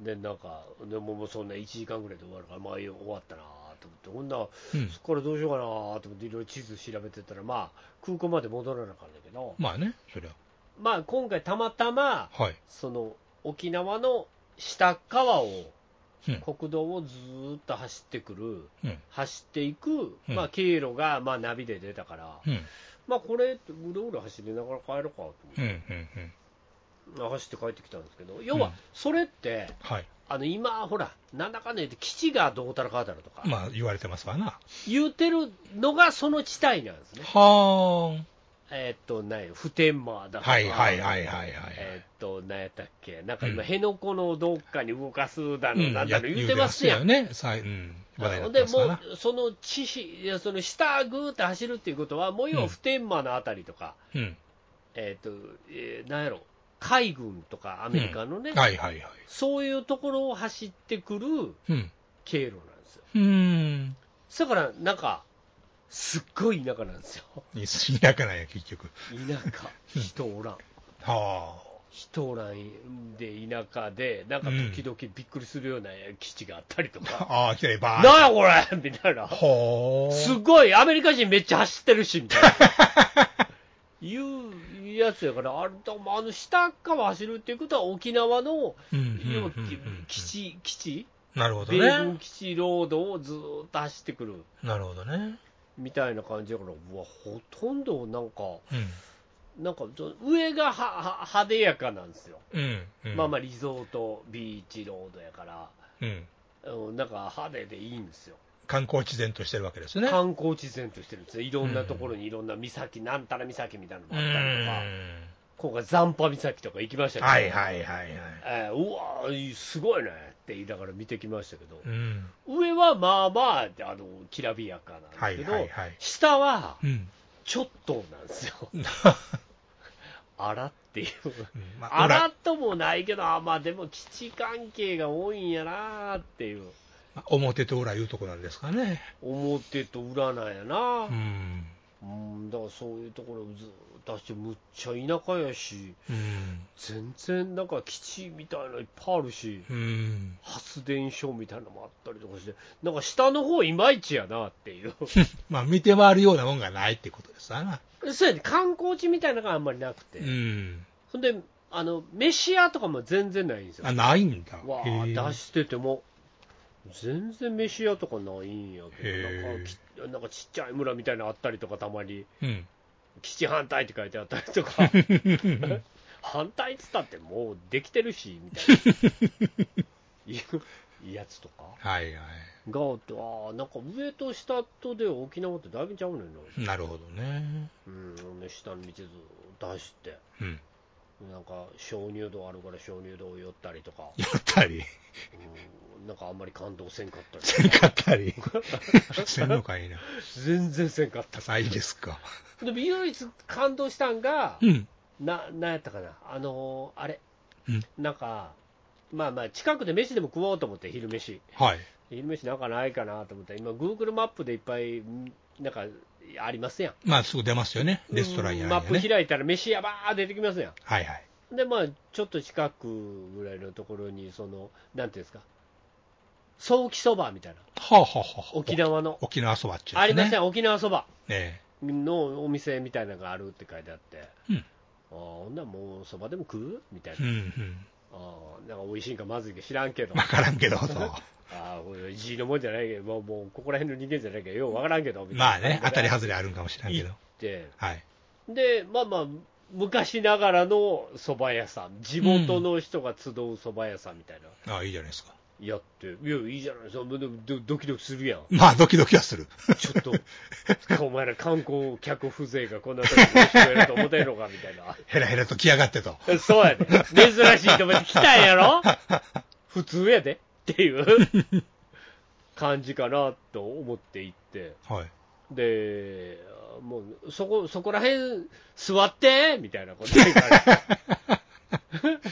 Speaker 1: で、なんか、でももうそんな1時間ぐらいで終わるから、まあ、終わったなと思って、ほんなら、
Speaker 3: うん
Speaker 1: そこからどうしようかなと思って、いろいろ地図調べてたら、まあ、空港まで戻らなかったんだけど、
Speaker 3: まあね、そりゃ。
Speaker 1: まあ、今回たまたま、
Speaker 3: はい。
Speaker 1: その、沖縄の下っ側を、
Speaker 3: うん。
Speaker 1: 国道をずーっと走ってくる、
Speaker 3: うん。
Speaker 1: 走っていく、
Speaker 3: うん
Speaker 1: まあ、経路が、まあ、ナビで出たから、
Speaker 3: うん。
Speaker 1: まあ、これ、うろうろ走りながら帰ろうかと思って
Speaker 3: うん。うん。うん。
Speaker 1: 走って帰ってきたんですけど、要
Speaker 3: う
Speaker 1: は
Speaker 3: ん
Speaker 1: それって、
Speaker 3: はい。
Speaker 1: あの今、ほら、なんだかんだ言って、基地がどうたらかだらとか、
Speaker 3: まあ言われてますわな。
Speaker 1: 言うてるのがその地帯なんですね、
Speaker 3: は
Speaker 1: えーっと、なんや普天間
Speaker 3: あ。
Speaker 1: だとか、
Speaker 3: はいはいはいはいはい。
Speaker 1: えーっと、なんやったっけ、なんか今、
Speaker 3: うん
Speaker 1: 辺野古のどっかに動かすだの、なんだの言うてます
Speaker 3: 言
Speaker 1: や
Speaker 3: うんよ。ね。さいうん。話題に
Speaker 1: ほ
Speaker 3: なんって
Speaker 1: で
Speaker 3: ます
Speaker 1: も
Speaker 3: わ
Speaker 1: う
Speaker 3: な。、
Speaker 1: その地比、いやその下ぐーって走るっていうことは、もう要
Speaker 3: う
Speaker 1: は
Speaker 3: ん
Speaker 1: 普天間のあたりとか、
Speaker 3: うん。
Speaker 1: えっ、と、えーなんやろ、海軍とかアメリカのね、
Speaker 3: はいはいはい。
Speaker 1: そういうところを走ってくる
Speaker 3: うん。
Speaker 1: 経路なんですよ。
Speaker 3: うーん。
Speaker 1: だから、なんか、すっごい田舎なんですよ。
Speaker 3: いい田舎なんや、結局。
Speaker 1: 田
Speaker 3: [LAUGHS]
Speaker 1: 舎、人おらん。
Speaker 3: は
Speaker 1: 人おらんで田舎で、なんか時々びっくりするような基地があったりと
Speaker 3: あ。
Speaker 1: か、
Speaker 3: ああ、来たね、ばーン。
Speaker 1: なんやこれみたいな。
Speaker 3: ほー。
Speaker 1: すごい、アメリカ人めっちゃ走ってるし、みたいな。
Speaker 3: [LAUGHS]
Speaker 1: いうやつやから、あれでもあの下っ側走るっていうことは、沖縄の、
Speaker 3: うんうんうん
Speaker 1: 要
Speaker 3: う
Speaker 1: は
Speaker 3: んうん
Speaker 1: 基地、基地、
Speaker 3: なるほど
Speaker 1: 米軍
Speaker 3: ね。
Speaker 1: 基地ロードをずーっと走ってくる
Speaker 3: なるほどね。
Speaker 1: みたいな感じやから、うわ、ほとんどなんか、
Speaker 3: うん。
Speaker 1: なんかその上がはは派手やかなんですよ、
Speaker 3: うん。うん
Speaker 1: まあまあ、リゾートビーチロードやから、
Speaker 3: うん。
Speaker 1: うんなんか派手でいいんですよ。
Speaker 3: 観光地然としてるわけですね。
Speaker 1: 観光地然としてるんですね、いろんなところにいろんな岬、なんたら岬みたいなの
Speaker 3: う
Speaker 1: もあったりとか、
Speaker 3: ん。
Speaker 1: 今回、残波岬とか行きましたけど、
Speaker 3: はいはいはいはい。
Speaker 1: えーうわー、すごいねって言いながら見てきましたけど
Speaker 3: う、ん。
Speaker 1: 上はまあまあ、あのきらびやかなんですけど、
Speaker 3: はいはいはい
Speaker 1: 下は
Speaker 3: うん。 [LAUGHS]
Speaker 1: ちょっとなんですよ、 [LAUGHS] あらっていう。
Speaker 3: うんまあ、
Speaker 1: あ
Speaker 3: 裏
Speaker 1: らともないけど、あまあでも基地関係が多いんやなーっていう、
Speaker 3: まあ表と裏いうとこなんですかね。
Speaker 1: 表と裏なんやな、
Speaker 3: うん。
Speaker 1: うん、だからそういうところをずーっと走って、むっちゃ田舎やし、
Speaker 3: うん。
Speaker 1: 全然なんか基地みたいなのいっぱいあるし、
Speaker 3: うん。
Speaker 1: 発電所みたいなのもあったりとかして、なんか下の方いまいちやなっていう、
Speaker 3: [LAUGHS] まあ、見て回るようなもんがないってことですわな。
Speaker 1: [LAUGHS] そうやね、観光地みたいなのがあんまりなくて、
Speaker 3: うん。
Speaker 1: ほんで、あの飯屋とかも全然ないんですよ
Speaker 3: あ、。ないんだ。
Speaker 1: わ
Speaker 3: へえ
Speaker 1: あ出してても全然飯屋とかないんやけどなん
Speaker 3: へ
Speaker 1: かきなんかちっちゃい村みたいなのあったりとかたまに
Speaker 3: うん。
Speaker 1: 基地反対って書いてあったり
Speaker 3: [LAUGHS]
Speaker 1: とか反対っつったってもうできてるしみたいないうやつとか
Speaker 3: はいは。
Speaker 1: があってあーなんか上と下とで沖縄ってだいぶちゃうねんない
Speaker 3: なるほどね。
Speaker 1: うんほんで下の道ずーっと走って
Speaker 3: うん。
Speaker 1: なんか鍾乳洞あるから鍾乳洞寄ったりとか、
Speaker 3: やったり、
Speaker 1: うんなんかあんまり感動せんか
Speaker 3: [LAUGHS]
Speaker 1: ったりとか
Speaker 3: せんかったり、せんのかいな。
Speaker 1: 全然せんかった
Speaker 3: 多彩ですか。
Speaker 1: でも唯一感動したんが、
Speaker 3: うん。
Speaker 1: ななんやったかな、あのーあれ、
Speaker 3: うん
Speaker 1: なんか、まあまあ、近くで飯でも食おうと思って、昼飯、
Speaker 3: はい。
Speaker 1: 昼飯なんかないかなと思ったら、今、グーグルマップでいっぱい、んなんか、ありますやん、
Speaker 3: まあ、すぐ出ますよね。レストランや
Speaker 1: うん
Speaker 3: ら
Speaker 1: マ
Speaker 3: に
Speaker 1: ッ
Speaker 3: は
Speaker 1: プ
Speaker 3: ね。
Speaker 1: 開いたら、飯やばー出てきますや
Speaker 3: はいはい。
Speaker 1: ん、で、まあ、ちょっと近くぐらいのところに、その、なんていうんですか、早期そばみたいな、
Speaker 3: はあはあはあ。
Speaker 1: 沖縄の、
Speaker 3: 沖縄そばっちゅう、ね。
Speaker 1: ありましたよ、沖縄そば
Speaker 3: え
Speaker 1: のお店みたいなのがあるって書いてあって。
Speaker 3: え。うん。
Speaker 1: ああ、ほんならもうそばでも食うみたい
Speaker 3: うん
Speaker 1: な、。
Speaker 3: うん。
Speaker 1: ああーなんか美味しいんかまずいか知らんけど
Speaker 3: わ、からんけど、そう。
Speaker 1: ああ、これ、地のもんじゃないけど、もう、もうここら辺の人間じゃないけど、ようわからんけど、み
Speaker 3: [LAUGHS]
Speaker 1: たいな
Speaker 3: まあね、当たり外れあるんかもしれんけど
Speaker 1: 行っ。て、
Speaker 3: はい。
Speaker 1: で、まあまあ、昔ながらの蕎麦屋さん、地元の人が集う蕎麦屋さんみたいな、
Speaker 3: ああ、いいじゃないですか。
Speaker 1: やって、いや、いいじゃないですか、でもドドキドキするやん、
Speaker 3: まあ、ドキドキはする。
Speaker 1: ちょ
Speaker 3: [LAUGHS]
Speaker 1: っと、お前ら観光客風情がこんな時に聞こえると思ってんのかみたいな。
Speaker 3: ヘラヘラと来やがってと。
Speaker 1: そうやで、珍しいと思って来たんや
Speaker 3: [LAUGHS]
Speaker 1: ろ、普通やでっていう感じかなと思って行って。
Speaker 3: はい。
Speaker 1: で、もう、そこ、そこら辺座ってみたいなこと言わ
Speaker 3: [LAUGHS]
Speaker 1: れて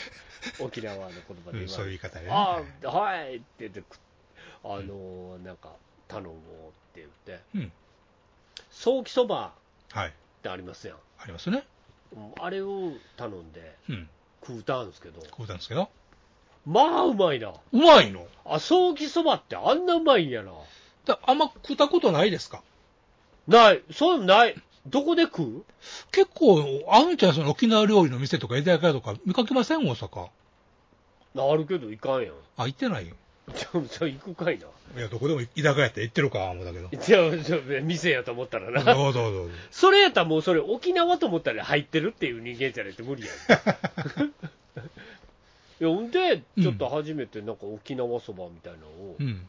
Speaker 1: 沖縄の言葉
Speaker 3: う
Speaker 1: で言
Speaker 3: ん、
Speaker 1: わ
Speaker 3: そう
Speaker 1: れ
Speaker 3: いう言い
Speaker 1: て、
Speaker 3: 方でね。
Speaker 1: ああ、はいって言って、くあのー、なんか、頼もうって言って、
Speaker 3: うん。
Speaker 1: ソーキそば
Speaker 3: はい。
Speaker 1: ってありますやん。
Speaker 3: ありますね。
Speaker 1: うんあれを頼んで
Speaker 3: うん。
Speaker 1: 食うたんですけど、
Speaker 3: こうたんですけど。
Speaker 1: まあうまいな。
Speaker 3: うまいの
Speaker 1: あ、ソーキそばってあんなうまいんやな。
Speaker 3: だあんま食ったことないですか
Speaker 1: ない、そういうのない。どこで食う
Speaker 3: 結構、あるんちゃうその沖縄料理の店とか、居酒屋とか見かけません大阪。
Speaker 1: あるけどいかんやん。 [LAUGHS]
Speaker 3: あ、行ってないよ。
Speaker 1: ちょ、ちょ、行くかいな。
Speaker 3: いや、どこでも居酒屋やって行ってるか、思うだけど。
Speaker 1: じゃあ、じゃあ店やと思ったらな。
Speaker 3: [LAUGHS] どうぞどうぞ。
Speaker 1: [LAUGHS] それやったらもうそれ沖縄と思ったら入ってるっていう人間じゃないと無理やん。
Speaker 3: [LAUGHS]
Speaker 1: [LAUGHS] いやほんで、ちょっと初めてなんか沖縄そばみたいなのを
Speaker 3: うん。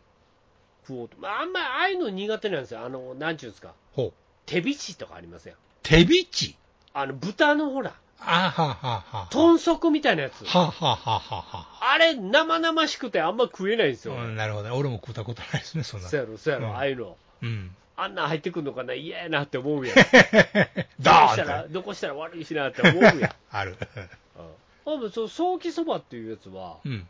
Speaker 1: 食おうと。まあ、あんまりああいうの苦手なんですよ。あの、なんちゅうんですか。
Speaker 3: ほう。
Speaker 1: 手びちとかありません。
Speaker 3: 手びち
Speaker 1: あの、豚のほら、
Speaker 3: あははは。
Speaker 1: 豚足みたいなやつ。
Speaker 3: ははははは。
Speaker 1: あれ、生々しくてあんま食えないんですよ。
Speaker 3: うん、なるほどね。俺も食ったことないですね、そんな
Speaker 1: そ。やろ、そやろ、
Speaker 3: うん
Speaker 1: ああいうの。
Speaker 3: うん。
Speaker 1: あんなん入ってくるのかな、嫌やなって思う
Speaker 3: [LAUGHS]
Speaker 1: やん。どこ
Speaker 3: だ
Speaker 1: した
Speaker 3: ー
Speaker 1: ら、
Speaker 3: ン
Speaker 1: どこしたら悪いしなって思う
Speaker 3: [LAUGHS]
Speaker 1: やん。
Speaker 3: ある。
Speaker 1: うん、あそのソーキそばっていうやつは、
Speaker 3: うん。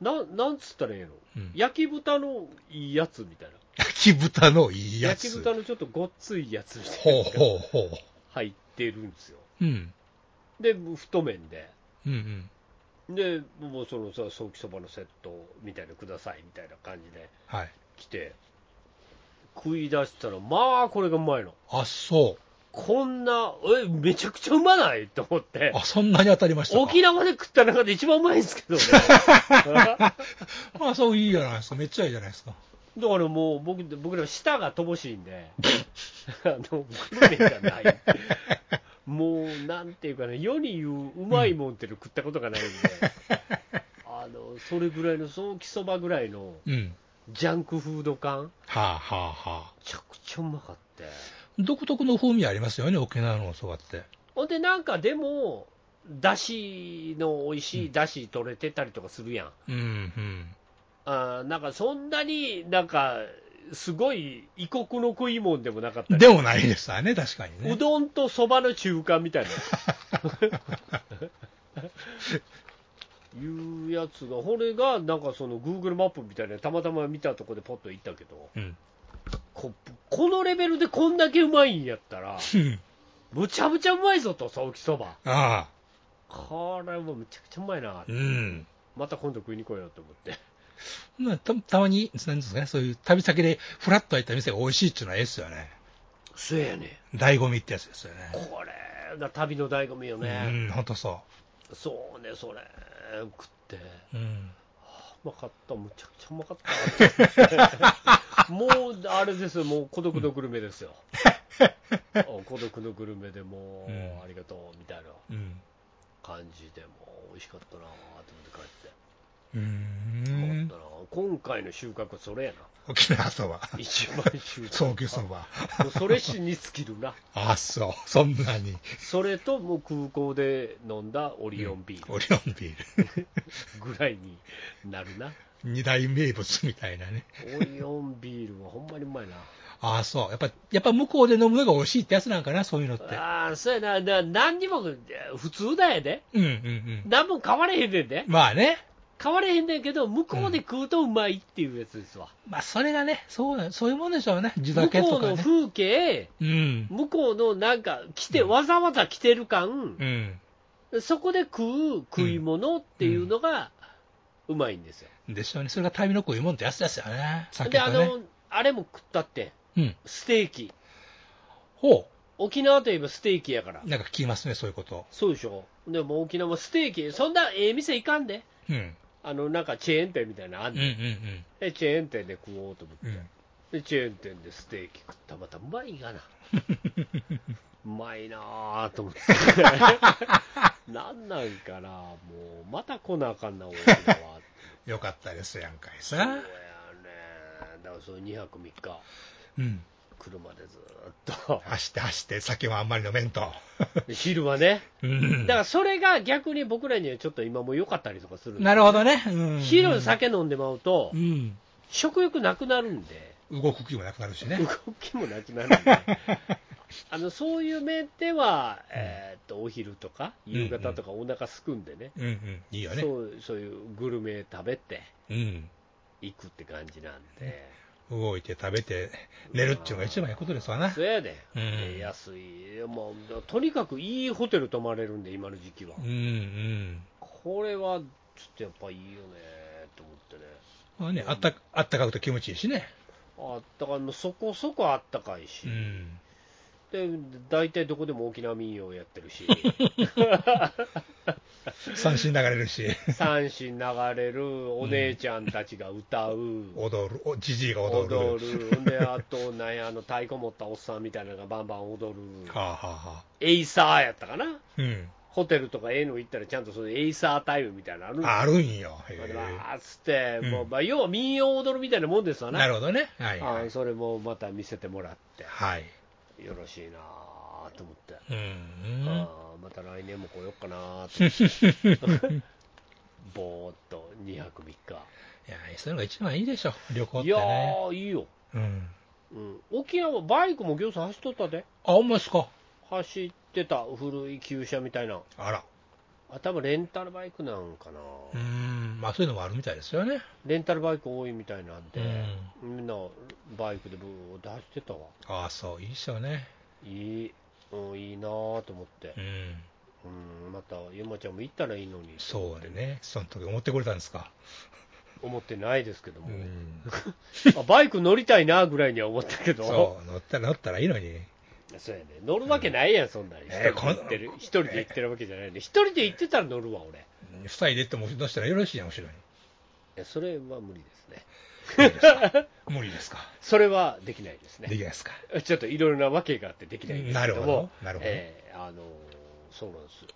Speaker 1: ななんつったらええの、
Speaker 3: うん
Speaker 1: 焼き豚のいいやつみたいな、
Speaker 3: 焼き豚のいいやつ。
Speaker 1: 焼き豚のちょっとごっついやつみたい
Speaker 3: ほう
Speaker 1: なのが
Speaker 3: ほうほ
Speaker 1: 入ってるんですよ、
Speaker 3: う。うん。
Speaker 1: で、太麺で、
Speaker 3: うんうん。
Speaker 1: でもうそのさ、ソーキそばのセットみたいなのくださいみたいな感じで
Speaker 3: はい。
Speaker 1: 来て、食い出したら、まあ、これがうまいの、
Speaker 3: あ、そう。
Speaker 1: こんな、え、めちゃくちゃうまないと思って。
Speaker 3: あ、そんなに当たりましたか。
Speaker 1: 沖縄で食った中で一番うまいんですけ
Speaker 3: [LAUGHS]
Speaker 1: どね。
Speaker 3: まあ、そういいじゃないですか。めっちゃいいじゃないですか。
Speaker 1: だからもう僕僕ら舌が乏しいん
Speaker 3: [LAUGHS]
Speaker 1: で、あのグルメがない、もうなんていうかね、世に言ううまいもんっていうの食ったことがないんで、あのそれぐらいの、ソーキそばぐらいの
Speaker 3: うん。
Speaker 1: ジャンクフード感、め
Speaker 3: はあはあはあ。
Speaker 1: ちゃくちゃうまかって、
Speaker 3: 独特の風味ありますよね、沖縄のお蕎麦って。
Speaker 1: ほんで、なんかでも、だしの美味しいだし取れてたりとかするやん、
Speaker 3: うん、うん。
Speaker 1: あーなんかそんなになんか、すごい異国の食いもんでもなかったり
Speaker 3: でもないですわね、確かに
Speaker 1: う
Speaker 3: ね。
Speaker 1: どんとそばの中間みたい [LAUGHS] な。いうやつが、これがなんかその Google マップみたいな、たまたま見たとこでポッと行ったけど、
Speaker 3: うん。
Speaker 1: ここのレベルでこんだけうまいんやったら、むちゃむちゃうまいぞと、ソーキそば。
Speaker 3: ああ。
Speaker 1: これもむちゃくちゃうまいな
Speaker 3: う、ん。
Speaker 1: また今度食いに来ようと思って。
Speaker 3: まあたたまに、なんですかね、そういう旅先でフラッと入った店が美味しいっていうのはええっすよね。
Speaker 1: そうやね。
Speaker 3: 醍醐味ってやつですよね。
Speaker 1: これが旅の醍醐味よね。
Speaker 3: うん、ほんとそ
Speaker 1: そうね、それ。食って。
Speaker 3: う。うん。
Speaker 1: うまかった、むちゃくちゃうまかった。もう、あれですよ、もう孤独のグルメ [LAUGHS] ですよ。お孤独のグルメでもう、
Speaker 3: うん
Speaker 1: ありがとうみたいな
Speaker 3: うん。
Speaker 1: 感じでもう、美味しかったなぁと思って帰って。
Speaker 3: うー
Speaker 1: うま
Speaker 3: ん
Speaker 1: かっ。たなぁ今回の収穫、それや
Speaker 3: 沖縄そば。
Speaker 1: な。一番収穫。
Speaker 3: 早期そば。
Speaker 1: もうそれしに尽きる [LAUGHS] な。
Speaker 3: [LAUGHS] あ、そう。そんなに。
Speaker 1: それと、もう空港で飲んだオリオンビー
Speaker 3: オリオンビール。 [LAUGHS]
Speaker 1: ルぐらいになるな。
Speaker 3: 二大名物みたいなね。
Speaker 1: オリオンビールはほんまにうまいな。
Speaker 3: ああ、そう。やっぱ、やっぱ向こうで飲むのが美味しいってやつなんかな、そういうのって。
Speaker 1: ああ、そうやな、な何にも普通だよね。
Speaker 3: うんうんうん。
Speaker 1: 何も変われへんねんで、
Speaker 3: まあね。
Speaker 1: 変われへんねんけど、向こうで食うとうまいっていうやつですわ。
Speaker 3: まあ、それがね、そうな、そういうもんでしょうね。地
Speaker 1: 向
Speaker 3: 酒
Speaker 1: ことうの
Speaker 3: かね。
Speaker 1: 風景、
Speaker 3: うん。
Speaker 1: 向こうのなんか、来て、わざわざ来てる感
Speaker 3: う、ん。
Speaker 1: そこで食う食い物っていうのが、うまいんですよ。
Speaker 3: でしょうね。それが旅の食いもんってやつですよね。酒
Speaker 1: で、
Speaker 3: と
Speaker 1: あ
Speaker 3: ね。
Speaker 1: の、あれも食ったって、
Speaker 3: うん。
Speaker 1: ステーキ。
Speaker 3: ほ
Speaker 1: 沖縄といえばステーキやから。
Speaker 3: なんか聞きますね、そういうこと。
Speaker 1: そうでしょ。でも沖縄もステーキ、そんなええ店行かんで。
Speaker 3: うん。
Speaker 1: あの、なんかチェーン店みたいなのあん
Speaker 3: うんう
Speaker 1: ねん
Speaker 3: ん
Speaker 1: でチェーン店で食おうと思って。
Speaker 3: うん。うん。
Speaker 1: でチェーン店でステーキ食ったまたうまいが
Speaker 3: [LAUGHS]
Speaker 1: なうまいなあと思って [LAUGHS] なんなんかなもうまた来なあかんな俺らは
Speaker 3: よかったですやんかい
Speaker 1: そうやね
Speaker 3: さ。
Speaker 1: だからその2泊3日
Speaker 3: うん。
Speaker 1: 車でずーっと
Speaker 3: 走って走って、酒はあんまり飲めんと。
Speaker 1: で昼はね
Speaker 3: うん
Speaker 1: だからそれが逆に僕らにはちょっと今も良かったりとかするんで
Speaker 3: なるほどね。うん
Speaker 1: 昼酒飲んでまうと
Speaker 3: うん。
Speaker 1: 食欲なくなるんで
Speaker 3: 動く気もなくなるしね。
Speaker 1: 動きもなくなるんで、 [LAUGHS] あのそういう面では、えーっとお昼とか夕方とかお腹すくんでね、
Speaker 3: うんうん。いいよね。
Speaker 1: そうそういうグルメ食べて
Speaker 3: うん。
Speaker 1: 行くって感じなんで、
Speaker 3: 動いて食べて寝るっていうのが一番いいことですわな。
Speaker 1: そやで、
Speaker 3: うん
Speaker 1: えー安い、もうとにかくいいホテル泊まれるんで、今の時期は
Speaker 3: う。んうん。
Speaker 1: これはちょっとやっぱいいよねと思ってね。
Speaker 3: まあね、あったあったかくて気持ちいいしね。
Speaker 1: あったかいもうそこそこあったかいし、
Speaker 3: うん。
Speaker 1: で大体どこでも沖縄民謡やってるし、
Speaker 3: 三振流れるし、 [LAUGHS]
Speaker 1: 三振流れる、お姉ちゃんたちが歌う、
Speaker 3: 踊る、おじじいが踊る。
Speaker 1: 踊る、んで、あと、なんや、あの太鼓持ったおっさんみたいなのがバンバン踊る、
Speaker 3: はあ、はあはあ、
Speaker 1: エイサーやったかな、
Speaker 3: うん。
Speaker 1: ホテルとかええの行ったら、ちゃんとそのエイサータイムみたいなのあるんですよ
Speaker 3: あるんよ。へ
Speaker 1: まあ
Speaker 3: え
Speaker 1: でわーっつって、
Speaker 3: うん
Speaker 1: もうまあ、要は民謡踊るみたいなもんですわ
Speaker 3: な
Speaker 1: な、
Speaker 3: るほどね。はい、は
Speaker 1: あ
Speaker 3: い。
Speaker 1: それもまた見せてもらっ
Speaker 3: はい。
Speaker 1: て、よろしいなーと思って、
Speaker 3: うんうん。
Speaker 1: あーまた来年も来ようかなーと思
Speaker 3: [LAUGHS]
Speaker 1: って。ぼーっと2泊3
Speaker 3: いや、そういうのが一番いいでしょ。旅行っ
Speaker 1: 日。い
Speaker 3: て
Speaker 1: や
Speaker 3: ね。
Speaker 1: ー、いいよ。
Speaker 3: うん。
Speaker 1: うん、沖縄、バイクも行さん走っとったで、
Speaker 3: あ、ほんまっすか。
Speaker 1: 走ってた、古い旧車みたいな、
Speaker 3: あら。
Speaker 1: あ多分レンタルバイクなんかな、
Speaker 3: うん。まあ、そういうのもあるみたいですよね。
Speaker 1: レンタルバイク多いみたいなんで、
Speaker 3: う
Speaker 1: みんなバイクでブーって走ってたわ、
Speaker 3: ああ、そう、いいっすよね。
Speaker 1: いい、うん、いいなぁと思って
Speaker 3: う、ん。
Speaker 1: うん、また、ゆまちゃんも行ったらいいのに、
Speaker 3: そうでね。その時思ってくれたんですか。
Speaker 1: 思ってないですけど
Speaker 3: う
Speaker 1: も、
Speaker 3: ん。
Speaker 1: あバイク乗りたいなぐらいには思ったけど、
Speaker 3: [LAUGHS] そう、乗ったら乗ったらいいのに。
Speaker 1: そうやね、乗るわけないやん、そんなに、一
Speaker 3: えー
Speaker 1: 人で行ってる、一人で行ってるわけじゃないね、一人で行ってたら乗るわ、俺、い
Speaker 3: 二人で行っても乗したらよろしいやん、後ろ [LAUGHS] に。
Speaker 1: やそれは無理ですね。
Speaker 3: 無理ですか無理ですか。
Speaker 1: それはできないです
Speaker 3: できない
Speaker 1: ね。
Speaker 3: ですか。
Speaker 1: ちょっといろいろなわけがあってできないんですけども、
Speaker 3: なるほどなるほど
Speaker 1: えーあのーそうなんですよ。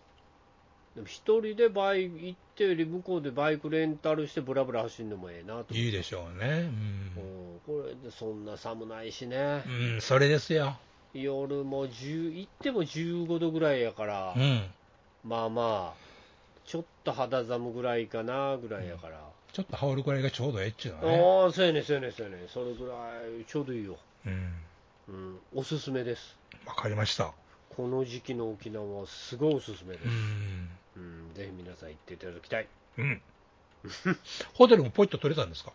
Speaker 1: でも一人でバイク行ってより向こうでバイクレンタルしてブラブラ走るのもええなと。
Speaker 3: いいでしょうね。
Speaker 1: うんこれでそんな寒ないしね
Speaker 3: う、ん。うん、それですよ。
Speaker 1: 夜も10行っても15度ぐらいやから、
Speaker 3: うん。
Speaker 1: まあまあ、ちょっと肌寒ぐらいかなぐらいやから、
Speaker 3: ちょっと羽織るくらいがちょうどええっちゅうのはね。
Speaker 1: ああ、そうやね、そうやね、そうやね、それぐらいちょうどいいよ、
Speaker 3: うん。
Speaker 1: うん、おすすめです。
Speaker 3: わかりました。
Speaker 1: この時期の沖縄はすごいおすすめです
Speaker 3: う、ん。
Speaker 1: うん、ぜひ皆さん行っていただきたい
Speaker 3: うん。ホテルもポイッと取れたんですか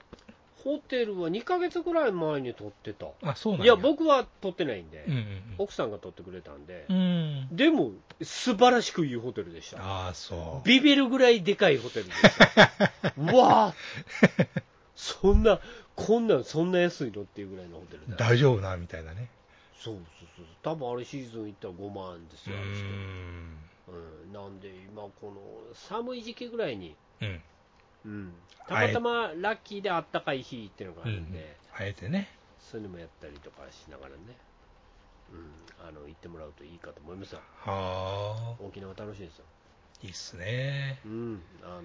Speaker 1: ホテルは2ヶ月ぐらい前に取ってた
Speaker 3: あ、そうなん
Speaker 1: いや僕は取ってないんで、
Speaker 3: うん
Speaker 1: 奥さんが取ってくれたんで
Speaker 3: うんう、ん。うん。
Speaker 1: でも素晴らしくいいホテルでした
Speaker 3: ああ、そう。
Speaker 1: ビビるぐらいでかいホテルでした
Speaker 3: [LAUGHS]
Speaker 1: うわあそんなこんなんそんな安いのっていうぐらいのホテルだ
Speaker 3: 大丈夫な、みたいなね。
Speaker 1: そうそうそう多分あれシーズン行ったら5万です
Speaker 3: う
Speaker 1: よあれして
Speaker 3: ん。
Speaker 1: うん、なんで今この寒い時期ぐらいに
Speaker 3: うん。
Speaker 1: うんたまたまラッキーであったかい日っていうのがあ
Speaker 3: う
Speaker 1: るん
Speaker 3: ん
Speaker 1: で、。
Speaker 3: あえてね。
Speaker 1: そういうのもやったりとかしながらね、うん、あの行ってもらうといいかと思いますよ
Speaker 3: はあ。
Speaker 1: 沖縄楽しいですよ、
Speaker 3: いいっすね。
Speaker 1: うんあの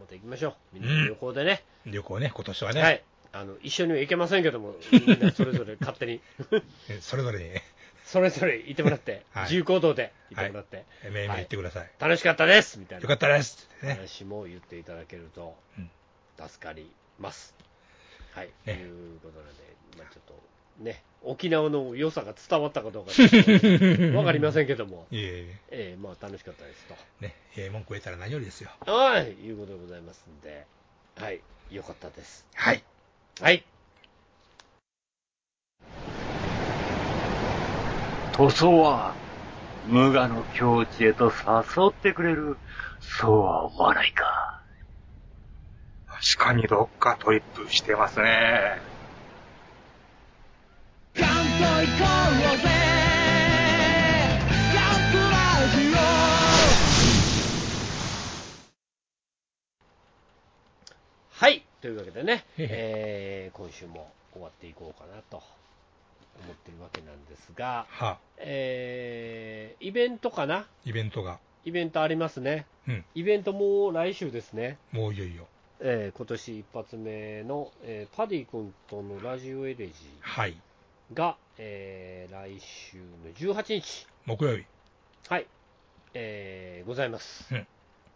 Speaker 1: また行きましょう、みんな旅行でね、
Speaker 3: 旅行ね、今年はね。
Speaker 1: はい、あの一緒には行けませんけども、みんなそれぞれ勝手に、
Speaker 3: えそれぞれに、ね、
Speaker 1: それぞれ行ってもら [LAUGHS] って、
Speaker 3: はい
Speaker 1: 自由行動で行ってもらって、
Speaker 3: メインに行ってください。
Speaker 1: 楽しかったですみたい
Speaker 3: よか
Speaker 1: な
Speaker 3: ったですってね。
Speaker 1: 話も言っていただけると
Speaker 3: うん
Speaker 1: 助かります。はい、と
Speaker 3: ね
Speaker 1: いうことなんで、まあ、ちょっと。ね、沖縄の良さが伝わったかどうかちょっとわかりませんけど
Speaker 3: [LAUGHS]
Speaker 1: も、
Speaker 3: いえいえ。
Speaker 1: ええまあ楽しかったですと。
Speaker 3: ね、ええ文句言えたら何よりですよ。
Speaker 1: はい、いうことでございますんで、はい、よかったです。
Speaker 3: はい。
Speaker 1: はい。
Speaker 4: 塗装は、無我の境地へと誘ってくれる、そうは思わないか。
Speaker 5: 確かにどっかトリップしてますね。
Speaker 6: ガンと行こうぜ
Speaker 1: というわけでね、
Speaker 3: へへ
Speaker 1: えー今週も終わっていこうかなと思ってるわけなんですが、
Speaker 3: は
Speaker 1: えーイベントかな
Speaker 3: イベントが。
Speaker 1: イベントありますね。
Speaker 3: うん。
Speaker 1: イベントもう来週ですね。
Speaker 3: もういよいよ。
Speaker 1: えー今年一発目の、えーパディ君とのラジオエレジ
Speaker 3: はい。
Speaker 1: ーが、えー来週の18日、
Speaker 3: 木曜日。
Speaker 1: はい、えーございます。
Speaker 3: うん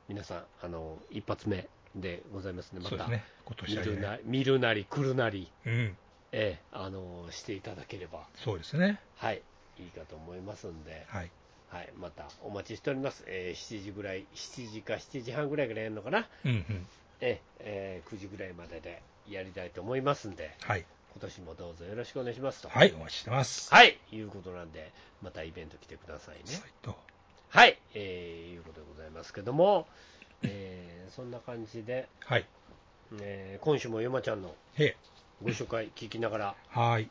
Speaker 1: 皆さん、あの、一発目でございますね。ま
Speaker 3: そうで
Speaker 1: た、
Speaker 3: すね。
Speaker 1: 見
Speaker 3: 今年は
Speaker 1: る
Speaker 3: ね。
Speaker 1: な見るなり、来るなり、
Speaker 3: うん。
Speaker 1: えーあの、していただければ、
Speaker 3: そうですね。
Speaker 1: はい、いいかと思いますんで、
Speaker 3: はい。
Speaker 1: はい、またお待ちしております。えー7時ぐらい、7時か7時半ぐらいからやるのかな。
Speaker 3: うんうん。
Speaker 1: ええー9時ぐらいまででやりたいと思いますんで、
Speaker 3: はい。
Speaker 1: 今年もどうぞよろしくお願いしますと。
Speaker 3: はい。お待ちしてます。
Speaker 1: はい、い、うことなんで、またイベント来てくださいね。
Speaker 3: はい。と。
Speaker 1: はい、えーいうことでございますけども、えーそんな感じで、
Speaker 3: はい。
Speaker 1: えー今週もヨマちゃんの
Speaker 3: へえ。
Speaker 1: ご紹介聞きながら
Speaker 3: はい。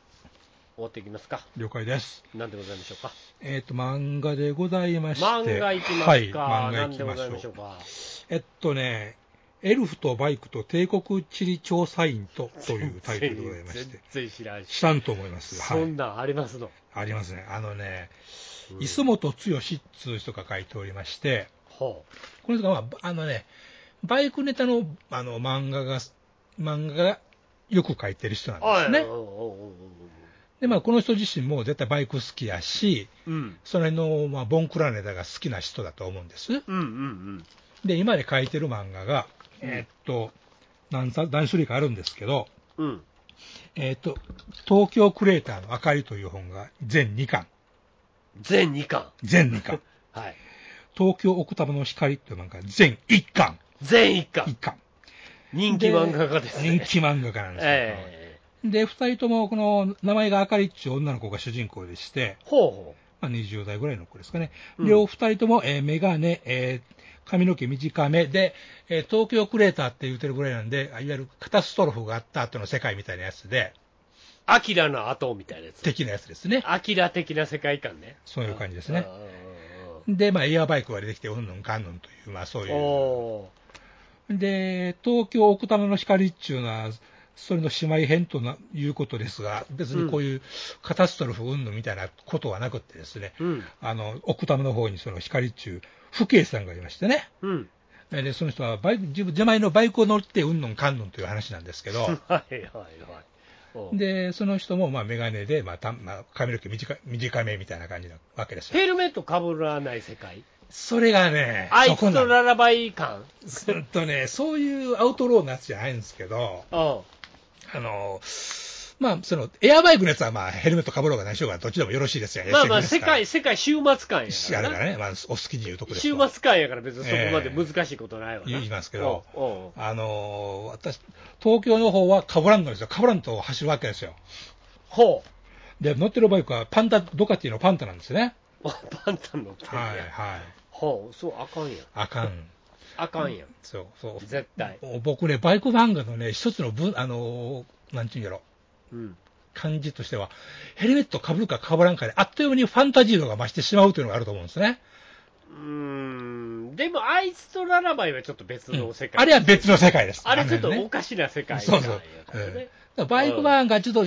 Speaker 1: 終わっていきますか。
Speaker 3: 了解です。
Speaker 1: なんでございましょうか。
Speaker 3: えっ、と、漫画でございまして。
Speaker 1: 漫画いきますか。
Speaker 3: はい。漫画
Speaker 1: ないん
Speaker 3: き
Speaker 1: でご
Speaker 3: まし
Speaker 1: ざい
Speaker 3: ょ
Speaker 1: ましょ
Speaker 3: う
Speaker 1: う。か。
Speaker 3: えっとね、エルフとバイクと帝国地理調査員
Speaker 1: [LAUGHS]
Speaker 3: とというタイトルでございまして
Speaker 1: 全、然知らんし。
Speaker 3: したんと思います。は
Speaker 1: そん
Speaker 3: い。
Speaker 1: なんありますの。
Speaker 3: ありますね。あのね、
Speaker 1: うん
Speaker 3: 磯本剛っつう人が書いておりまして、
Speaker 1: ほう。
Speaker 3: この人が、まあ、あのね、バイクネタのあの漫画が、漫画がよく書いてる人なんです
Speaker 1: はい
Speaker 3: ね
Speaker 1: お。うおうおう
Speaker 3: で、まあ、この人自身も絶対バイク好きやし、
Speaker 1: おううん。
Speaker 3: その辺の、まあ、ボンクラネタが好きな人だと思うんです。
Speaker 1: うんうん
Speaker 3: で、今まで書いてる漫画が、えーっと、何さ何種類かあるんですけど、
Speaker 1: うん。うん。
Speaker 3: えーっと、東京クレーターの明かりという本が全2巻、
Speaker 1: 全2巻。
Speaker 3: 全2巻。
Speaker 1: はい。
Speaker 3: 東京奥多摩の光という漫画全1巻、
Speaker 1: 全1巻
Speaker 3: 1。巻。
Speaker 1: 人気漫画家ですね。
Speaker 3: 人気漫画家なんですよ。
Speaker 1: ええ
Speaker 3: で、2人とも、この、名前が明かりっちゅう女の子が主人公でして、
Speaker 1: ほうほ
Speaker 3: まあ、20代ぐらいの子ですかね。
Speaker 1: うん
Speaker 3: 両二人とも、えーメガネ、えー髪の毛短めで、えー東京クレーターって言ってるぐらいなんで、あいわゆるカタストロフがあった後の世界みたいなやつで、
Speaker 1: う。アキラの後みたいなやつ。
Speaker 3: 的なやつですね。
Speaker 1: アキラ的な世界観ね。
Speaker 3: そういう感じですね
Speaker 1: あ。ああ
Speaker 3: で、まあ、エアバイクが出てきて、うんぬんかんぬんという、まあ、そう
Speaker 1: あ
Speaker 3: いう。
Speaker 1: お
Speaker 3: で、東京奥多摩の光っちゅうのは、それの姉妹編とないうことですが、別にこういうカタストロフうんぬんみたいなことはなくってですね、
Speaker 1: ーうん。
Speaker 3: あの、奥多摩の方にその光っちゅう、父兄さんがいましてね。
Speaker 1: うん。
Speaker 3: えーで、その人はバイク、自分、自前のバイクを乗って、うんのんかんのんという話なんです
Speaker 1: [LAUGHS]
Speaker 3: けど、
Speaker 1: はいはいはいおう。
Speaker 3: で、その人も、まあ、メガネで、まあ、たまあ、髪の毛短い短めみたいな感じなわけですよ。
Speaker 1: ヘルメットかぶらない世界。
Speaker 3: それがね、
Speaker 1: あい
Speaker 3: そこ
Speaker 1: つ
Speaker 3: な
Speaker 1: と
Speaker 3: ん
Speaker 1: ララバイ感。
Speaker 3: です。うんとね、そういうアウトローなやつじゃないんですけど、
Speaker 1: うん。
Speaker 3: あの、まあ、その、エアバイクのやつは、まあ、ヘルメットかぶろうが何しようが、どっちでもよろしいですよ。
Speaker 1: まあまあ、
Speaker 3: SF
Speaker 1: 世
Speaker 3: ですから
Speaker 1: 界、。世界終末感やから
Speaker 3: あれか
Speaker 1: な。
Speaker 3: らね、まあ、お好きに言うとこです
Speaker 1: 終
Speaker 3: わ
Speaker 1: 末感やから別にそこまで難しいことないわな。
Speaker 3: 言いますけど
Speaker 1: おうおう
Speaker 3: あの、私、東京の方はかぶらんのですよ。かぶらんと走るわけですよ。
Speaker 1: ほう。 [LAUGHS]
Speaker 3: で、乗ってるバイクはパンダ、ドカティのパンタなんですね。
Speaker 1: パンタン乗ってんねや
Speaker 3: はい、はい。
Speaker 1: ほう、そう、あかんやん。
Speaker 3: あ
Speaker 1: [LAUGHS]
Speaker 3: かん。
Speaker 1: あかんやん。
Speaker 3: そう、そう。
Speaker 1: 絶対。
Speaker 3: 僕ね、バイク漫画のね、一つの分、あのーなんちゅうんやろ、
Speaker 1: うん。
Speaker 3: 感じとしては、ヘルメット被るか被らんかで、あっという間にファンタジー度が増してしまうというのがあると思うんですね。
Speaker 1: うーん。でも、あいつとララバイはちょっと別の世界。
Speaker 3: あれは別の世界です。
Speaker 1: あれちょっと
Speaker 3: の
Speaker 1: お
Speaker 3: ね
Speaker 1: かしな世界
Speaker 3: そうそう
Speaker 1: なんやからね
Speaker 3: だからバイク漫画、ちょっと、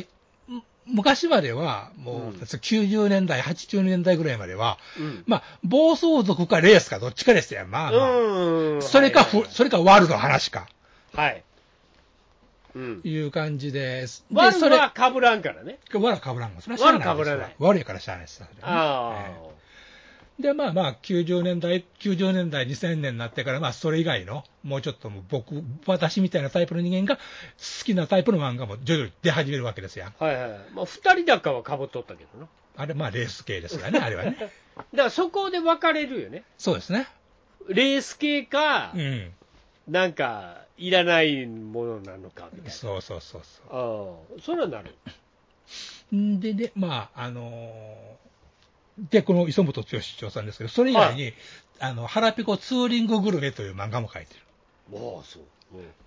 Speaker 3: む昔までは、もう、
Speaker 1: うん
Speaker 3: 90年代、80年代ぐらいまでは、
Speaker 1: うん。
Speaker 3: まあ、暴走族かレースかどっちかですよ。まあ、まあ
Speaker 1: うん。
Speaker 3: それか、
Speaker 1: はい
Speaker 3: ふそれかワールドの話か。
Speaker 1: はい。うん。
Speaker 3: いう感じです。で
Speaker 1: ワル
Speaker 3: それ
Speaker 1: はかぶらんからね。
Speaker 3: わらかぶらんもん。それは
Speaker 1: わら
Speaker 3: しゃあ
Speaker 1: 被ら
Speaker 3: で
Speaker 1: な
Speaker 3: す
Speaker 1: い
Speaker 3: わ悪いからしゃあないです。
Speaker 1: あ
Speaker 3: ええで、まあまあ、90年代、90年代、2000年になってから、まあ、それ以外の、もうちょっともう僕、私みたいなタイプの人間が、好きなタイプの漫画も徐々に出始めるわけですやん。
Speaker 1: あ。はいはい。まあ、二人だかはかぶっとったけどな。
Speaker 3: あれ、まあ、レース系ですからね、あれは
Speaker 1: [LAUGHS]
Speaker 3: ね。
Speaker 1: だからそこで分かれるよね。
Speaker 3: そうですね。
Speaker 1: レース系か
Speaker 3: う、ん。
Speaker 1: なんか、いらないものなのか、みたいな。
Speaker 3: そうそうそうそ
Speaker 1: ああ、それはなる。
Speaker 3: う。んで、で、まあ、あのーで、この磯本剛市長さんですけど、それ以外に、あの、腹ペコツーリンググルメという漫画も書いてる。
Speaker 1: ああ、そう。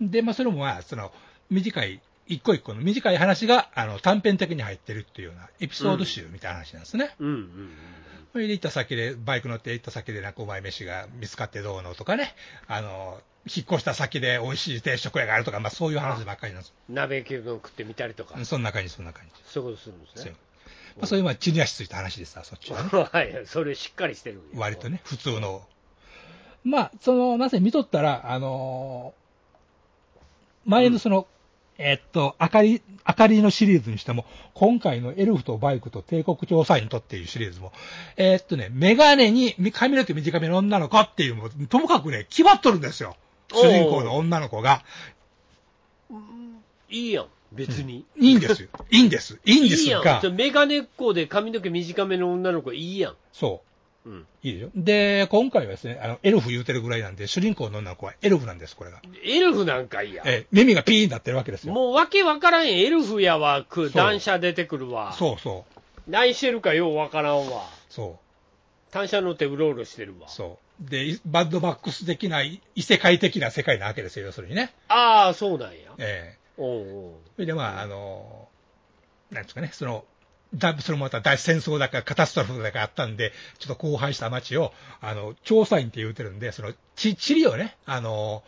Speaker 1: うん
Speaker 3: で、まあ、それもまあ、その、短い、一個一個の短い話が、あの、短編的に入ってるっていうような、エピソード集みたいな話なんですね。
Speaker 1: うんうんうん
Speaker 3: それで行った先で、バイク乗って行った先でなんかうまい飯が見つかってどうのとかね、あの、引っ越した先で美味しい定食屋があるとか、まあ、そういう話ばっかりなんです。
Speaker 1: 鍋系の食ってみたりとか
Speaker 3: うん、そんな感じ、そんな感じ。
Speaker 1: そういうことするんです
Speaker 3: そう
Speaker 1: ね
Speaker 3: いう、まあ、そういう、まあ、地に足ついた話ですわ、そっちはね。
Speaker 1: [LAUGHS] はい、それしっかりしてるんや
Speaker 3: 割とね、普通の。まあ、その、なぜ見とったら、あのー前のその、えっと、明かり、明かりのシリーズにしても、今回のエルフとバイクと帝国調査員とっていうシリーズも、えっとね、メガネにみ髪の毛短めの女の子っていう、もうともかくね、決まっとるんですよ。主人公の女の子が。
Speaker 1: いいやん、別に。
Speaker 3: いいん [LAUGHS] ですよ。いいんです。いいんです
Speaker 1: やん
Speaker 3: が、
Speaker 1: それメガネっ子で髪の毛短めの女の子いいやん。
Speaker 3: そ
Speaker 1: う
Speaker 3: う。
Speaker 1: ん。
Speaker 3: いいでしょで、今回はですね、あの、エルフ言うてるぐらいなんで、主人公の女の子はエルフなんです、これが。
Speaker 1: エルフなんかいいやん。
Speaker 3: えー耳がピーンになってるわけですよ。
Speaker 1: もうわけわからんエルフやわ、く
Speaker 3: そう
Speaker 1: 断捨出てくるわ。
Speaker 3: そうそう、
Speaker 1: 何してるかようわからんわ。
Speaker 3: そ
Speaker 1: 単車乗ってうろうろしてるわ
Speaker 3: う、。そう。で、いバッドバックス的な、い異世界的な世界なわけですよ、要するにね。
Speaker 1: ああ、そうなんや。
Speaker 3: ええ
Speaker 1: おうおう
Speaker 3: それで、まあ、あのーなんですかね、その、だそれもまた大戦争だか、カタストロフだかあったんで、ちょっと荒廃した街を、あの、調査員って言うてるんで、その、ち、地理をね、あの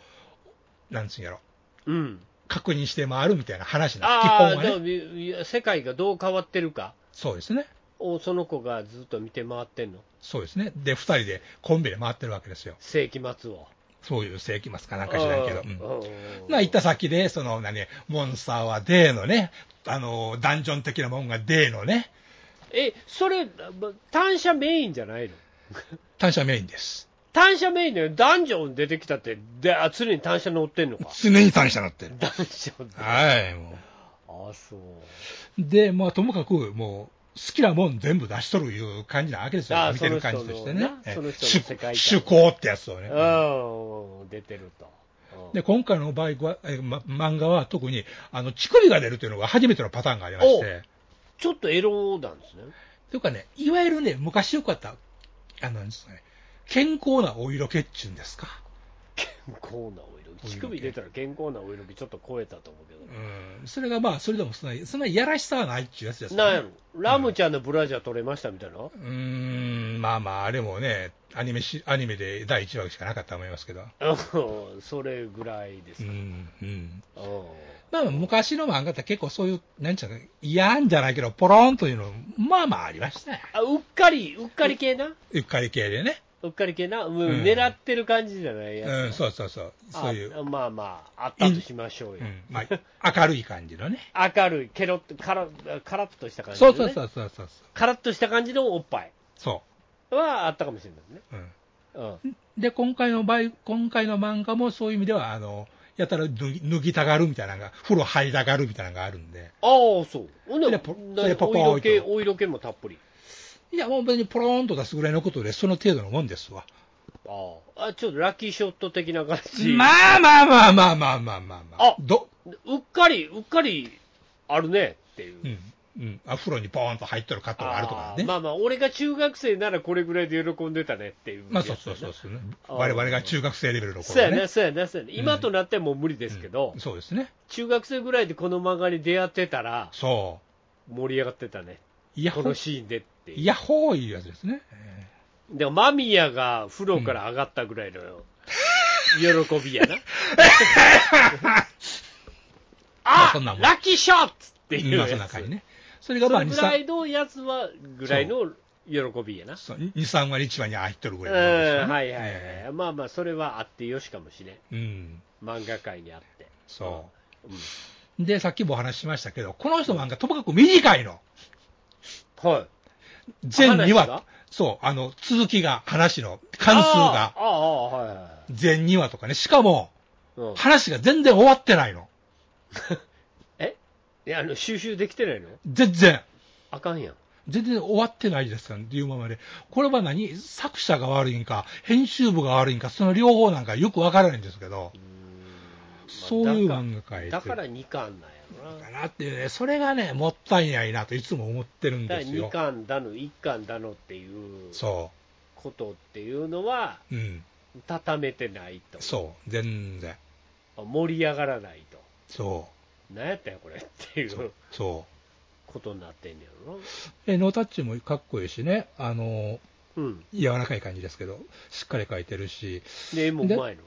Speaker 3: ーなんつうんやろ、
Speaker 1: うん。
Speaker 3: 確認して回るみたいな話なんです、基
Speaker 1: あ
Speaker 3: 本
Speaker 1: あ、
Speaker 3: は
Speaker 1: でも
Speaker 3: ね。
Speaker 1: いや世界がどう変わってるか
Speaker 3: そうですね。
Speaker 1: をその子がずっと見て回ってんの。
Speaker 3: そうですね。で、二人でコンビで回ってるわけですよ。
Speaker 1: 世紀末を。
Speaker 3: そういう世紀末かなんか知らんけど。うん
Speaker 1: おうおうおう
Speaker 3: まあ、行った先で、その、何、モンスターは D のね、あの、ダンジョン的なもんが D のね、
Speaker 1: え、それ、ま単車メインじゃないの
Speaker 3: 単車メインです。
Speaker 1: 単車メインでダンジョン出てきたって、であ常に単車乗ってんのか。
Speaker 3: 常に単車乗ってる。
Speaker 1: [LAUGHS] ダンジョンで。あ
Speaker 3: はい、も
Speaker 1: あ、そう。
Speaker 3: う。で、まあ、ともかく、もう、好きなもん全部出しとるいう感じなわけですよ
Speaker 1: あ。あ
Speaker 3: 見てる感じとして
Speaker 1: そ
Speaker 3: ね。
Speaker 1: の人のな
Speaker 3: ええ
Speaker 1: その人の世界観
Speaker 3: 趣向ってやつをね。
Speaker 1: うん、出てると。うん
Speaker 3: で、今回のバイクは、えま、漫画は特に、あの、乳首が出るというのが初めてのパターンがありまして。
Speaker 1: ちょっとエロなん [LAUGHS] ですね。
Speaker 3: というかね、いわゆるね、昔よかった、あの、なんですかね、健康なお色気っちゅうんですか。
Speaker 1: 健康なお色気。乳首出たら健康なお色気ちょっと超えたと思うけど。
Speaker 3: うん。それがまあ、それでもそんな、そんなやらしさはないっちゅうやつですよ
Speaker 1: なん
Speaker 3: ね
Speaker 1: やろラムちゃんのブラジャー取れましたみたいな、
Speaker 3: うーん、まあまあ、あれもね、アニメし、アニメで第1話しかなかったと思いますけど。
Speaker 1: うん、それぐらいで
Speaker 3: う
Speaker 1: すか、
Speaker 3: ん、うん。
Speaker 1: うん
Speaker 3: まあ、昔の漫画って結構そういう、なんちゃうの、嫌んじゃないけど、ポロンというの、まあまあありましたね。
Speaker 1: あうっかり、うっかり系な、
Speaker 3: うっかり系でね。
Speaker 1: うっかり系な、うん
Speaker 3: うん
Speaker 1: 狙ってる感じじゃないやつ、
Speaker 3: うん、そうそうそう。そういう、
Speaker 1: あまあまあ、あったとしましょうよ
Speaker 3: う、ん、まあ、明るい感じのね。
Speaker 1: 明るい、ケロッと、カラカラッとした感じ、ね、
Speaker 3: そうそうそうそうそう。
Speaker 1: カラッとした感じのおっぱい
Speaker 3: そ
Speaker 1: はあったかもしれないね。
Speaker 3: う。うん。
Speaker 1: うん
Speaker 3: で、今回の場合、今回の漫画もそういう意味では、あの、やたら脱ぎ脱ぎたがるみたいなのが、風呂入りたがるみたいなのがあるんで、
Speaker 1: ああ、そう。ほんで
Speaker 3: それポそれポ
Speaker 1: お
Speaker 3: ポーンと
Speaker 1: 色気、お色気もたっぷり。
Speaker 3: いや、もう別にポローンと出すぐらいのことで、その程度のもんですわ。
Speaker 1: ああ。あ、ちょっとラッキーショット的な感じ。
Speaker 3: まあまあまあまあまあまあまあ、まあ
Speaker 1: あ、
Speaker 3: ど、
Speaker 1: うっかり、うっかり、あるねっていう。
Speaker 3: うん、うん、あ風呂にポーンと入っとるカットがあるとかね。
Speaker 1: あーまあまあ、俺が中学生ならこれぐらいで喜んでたねっていう、
Speaker 3: まあそうそうそう。そうね。
Speaker 1: あー
Speaker 3: 我々が中学生レベルの
Speaker 1: そう
Speaker 3: 頃
Speaker 1: や
Speaker 3: ね
Speaker 1: な、。そうやな、そうやな。今となってはもう無理ですけど、
Speaker 3: うんそうですね。
Speaker 1: 中学生ぐらいでこの漫画に出会ってたら、
Speaker 3: そ
Speaker 1: 盛り上がってたね。
Speaker 3: う。いや
Speaker 1: こ
Speaker 3: ほ
Speaker 1: のシーンでっていう。
Speaker 3: いやほーいうやつですね。え
Speaker 1: でも、間宮が風呂から上がったぐらいの、喜び
Speaker 3: [LAUGHS]
Speaker 1: やな。
Speaker 3: まあ
Speaker 1: あ
Speaker 3: そんなもん
Speaker 1: ラッキーショットっていう
Speaker 3: ー
Speaker 1: や
Speaker 3: まあ
Speaker 1: つ。
Speaker 3: そんな感じね。それが
Speaker 1: そ
Speaker 3: まあ
Speaker 1: れ
Speaker 3: 2、
Speaker 1: ぐら
Speaker 3: 3
Speaker 1: いのやつは、ぐらいの喜びやな。
Speaker 3: そう2、3割1話に入っとるぐ
Speaker 1: う
Speaker 3: ら
Speaker 1: ん、
Speaker 3: いのもんですよね
Speaker 1: はいはい
Speaker 3: え
Speaker 1: はい。まあまあ、それはあってよしかもしれん。
Speaker 3: えうん。
Speaker 1: 漫画界にあって。
Speaker 3: そう。
Speaker 1: うん
Speaker 3: で、さっきもお話ししましたけど、この人なんかともかく短いの。
Speaker 1: はい。
Speaker 3: 全2
Speaker 1: 話が
Speaker 3: 話。そう、あの、続きが、話の、関数が
Speaker 1: あ、あ、ああはいはいはい。
Speaker 3: 全2話とかね。しかも、
Speaker 1: うん
Speaker 3: 話が全然終わってないの。
Speaker 1: えいや、あの、収集できてないの
Speaker 3: 全然。
Speaker 1: あかんやん。
Speaker 3: 全然終わってないですから、っていうままで。これは何作者が悪いんか、編集部が悪いんか、その両方なんかよくわからないんですけど、そういう
Speaker 1: まあ
Speaker 3: 漫画描いてる
Speaker 1: だから2巻なんやろな。
Speaker 3: だなっていうね、それがね、もったいないなといつも思ってるん
Speaker 1: だから
Speaker 3: ですよ
Speaker 1: 2。巻だの、1巻だのっていう
Speaker 3: そ
Speaker 1: ことっていうのは、
Speaker 3: う。うん。
Speaker 1: 畳めてないと。
Speaker 3: そう。全然。
Speaker 1: 盛り上がらないと。
Speaker 3: そ。
Speaker 1: なんやったんや、これっていう
Speaker 3: そう
Speaker 1: う。
Speaker 3: そう
Speaker 1: ことになってんねやろな。
Speaker 3: えノータッチもかっこいいしね、あの
Speaker 1: うん。
Speaker 3: 柔らかい感じですけど、しっかり描いてるし、
Speaker 1: で、絵もうまいの。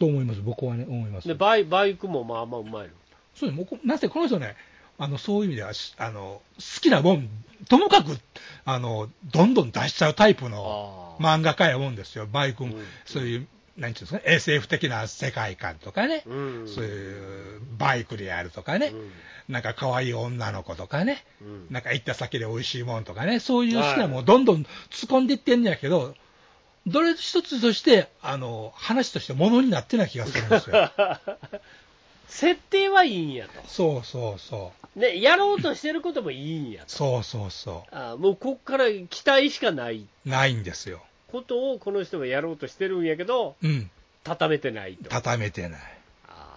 Speaker 3: と思います、僕はね、思います。
Speaker 1: でバイバイクもまあまあうまいの
Speaker 3: そうねもうこなんせこの人ね、あのそういう意味ではしあの、好きなもん、ともかくあのどんどん出しちゃうタイプの
Speaker 1: ああ、
Speaker 3: 漫画家やもんですよ、バイクも、
Speaker 1: うん
Speaker 3: そういう、なんていうんですか、ね、SF 的な世界観とかね、
Speaker 1: うん
Speaker 3: そういうバイクであるとかね、なんか可愛い女の子とかね、
Speaker 1: うんうん
Speaker 3: なんか行った先で美味しいもんとかね、そういう好き
Speaker 1: は
Speaker 3: ないもん、どんどん突っ込んでいってんねやけど、どれ一つとして、あの話としてものになってない気がするんです
Speaker 1: [LAUGHS]
Speaker 3: よ。
Speaker 1: 設定はいいんやと、
Speaker 3: そうそうそう、
Speaker 1: ね、やろうとしてることもいいんやと、
Speaker 3: そうそうそ、
Speaker 1: ああもうここから期待しかないう
Speaker 3: ないんですよ。
Speaker 1: ことをこの人がやろうとしてるんやけど、
Speaker 3: うん、
Speaker 1: 畳めてないと、あ
Speaker 3: 畳めてない。
Speaker 1: あ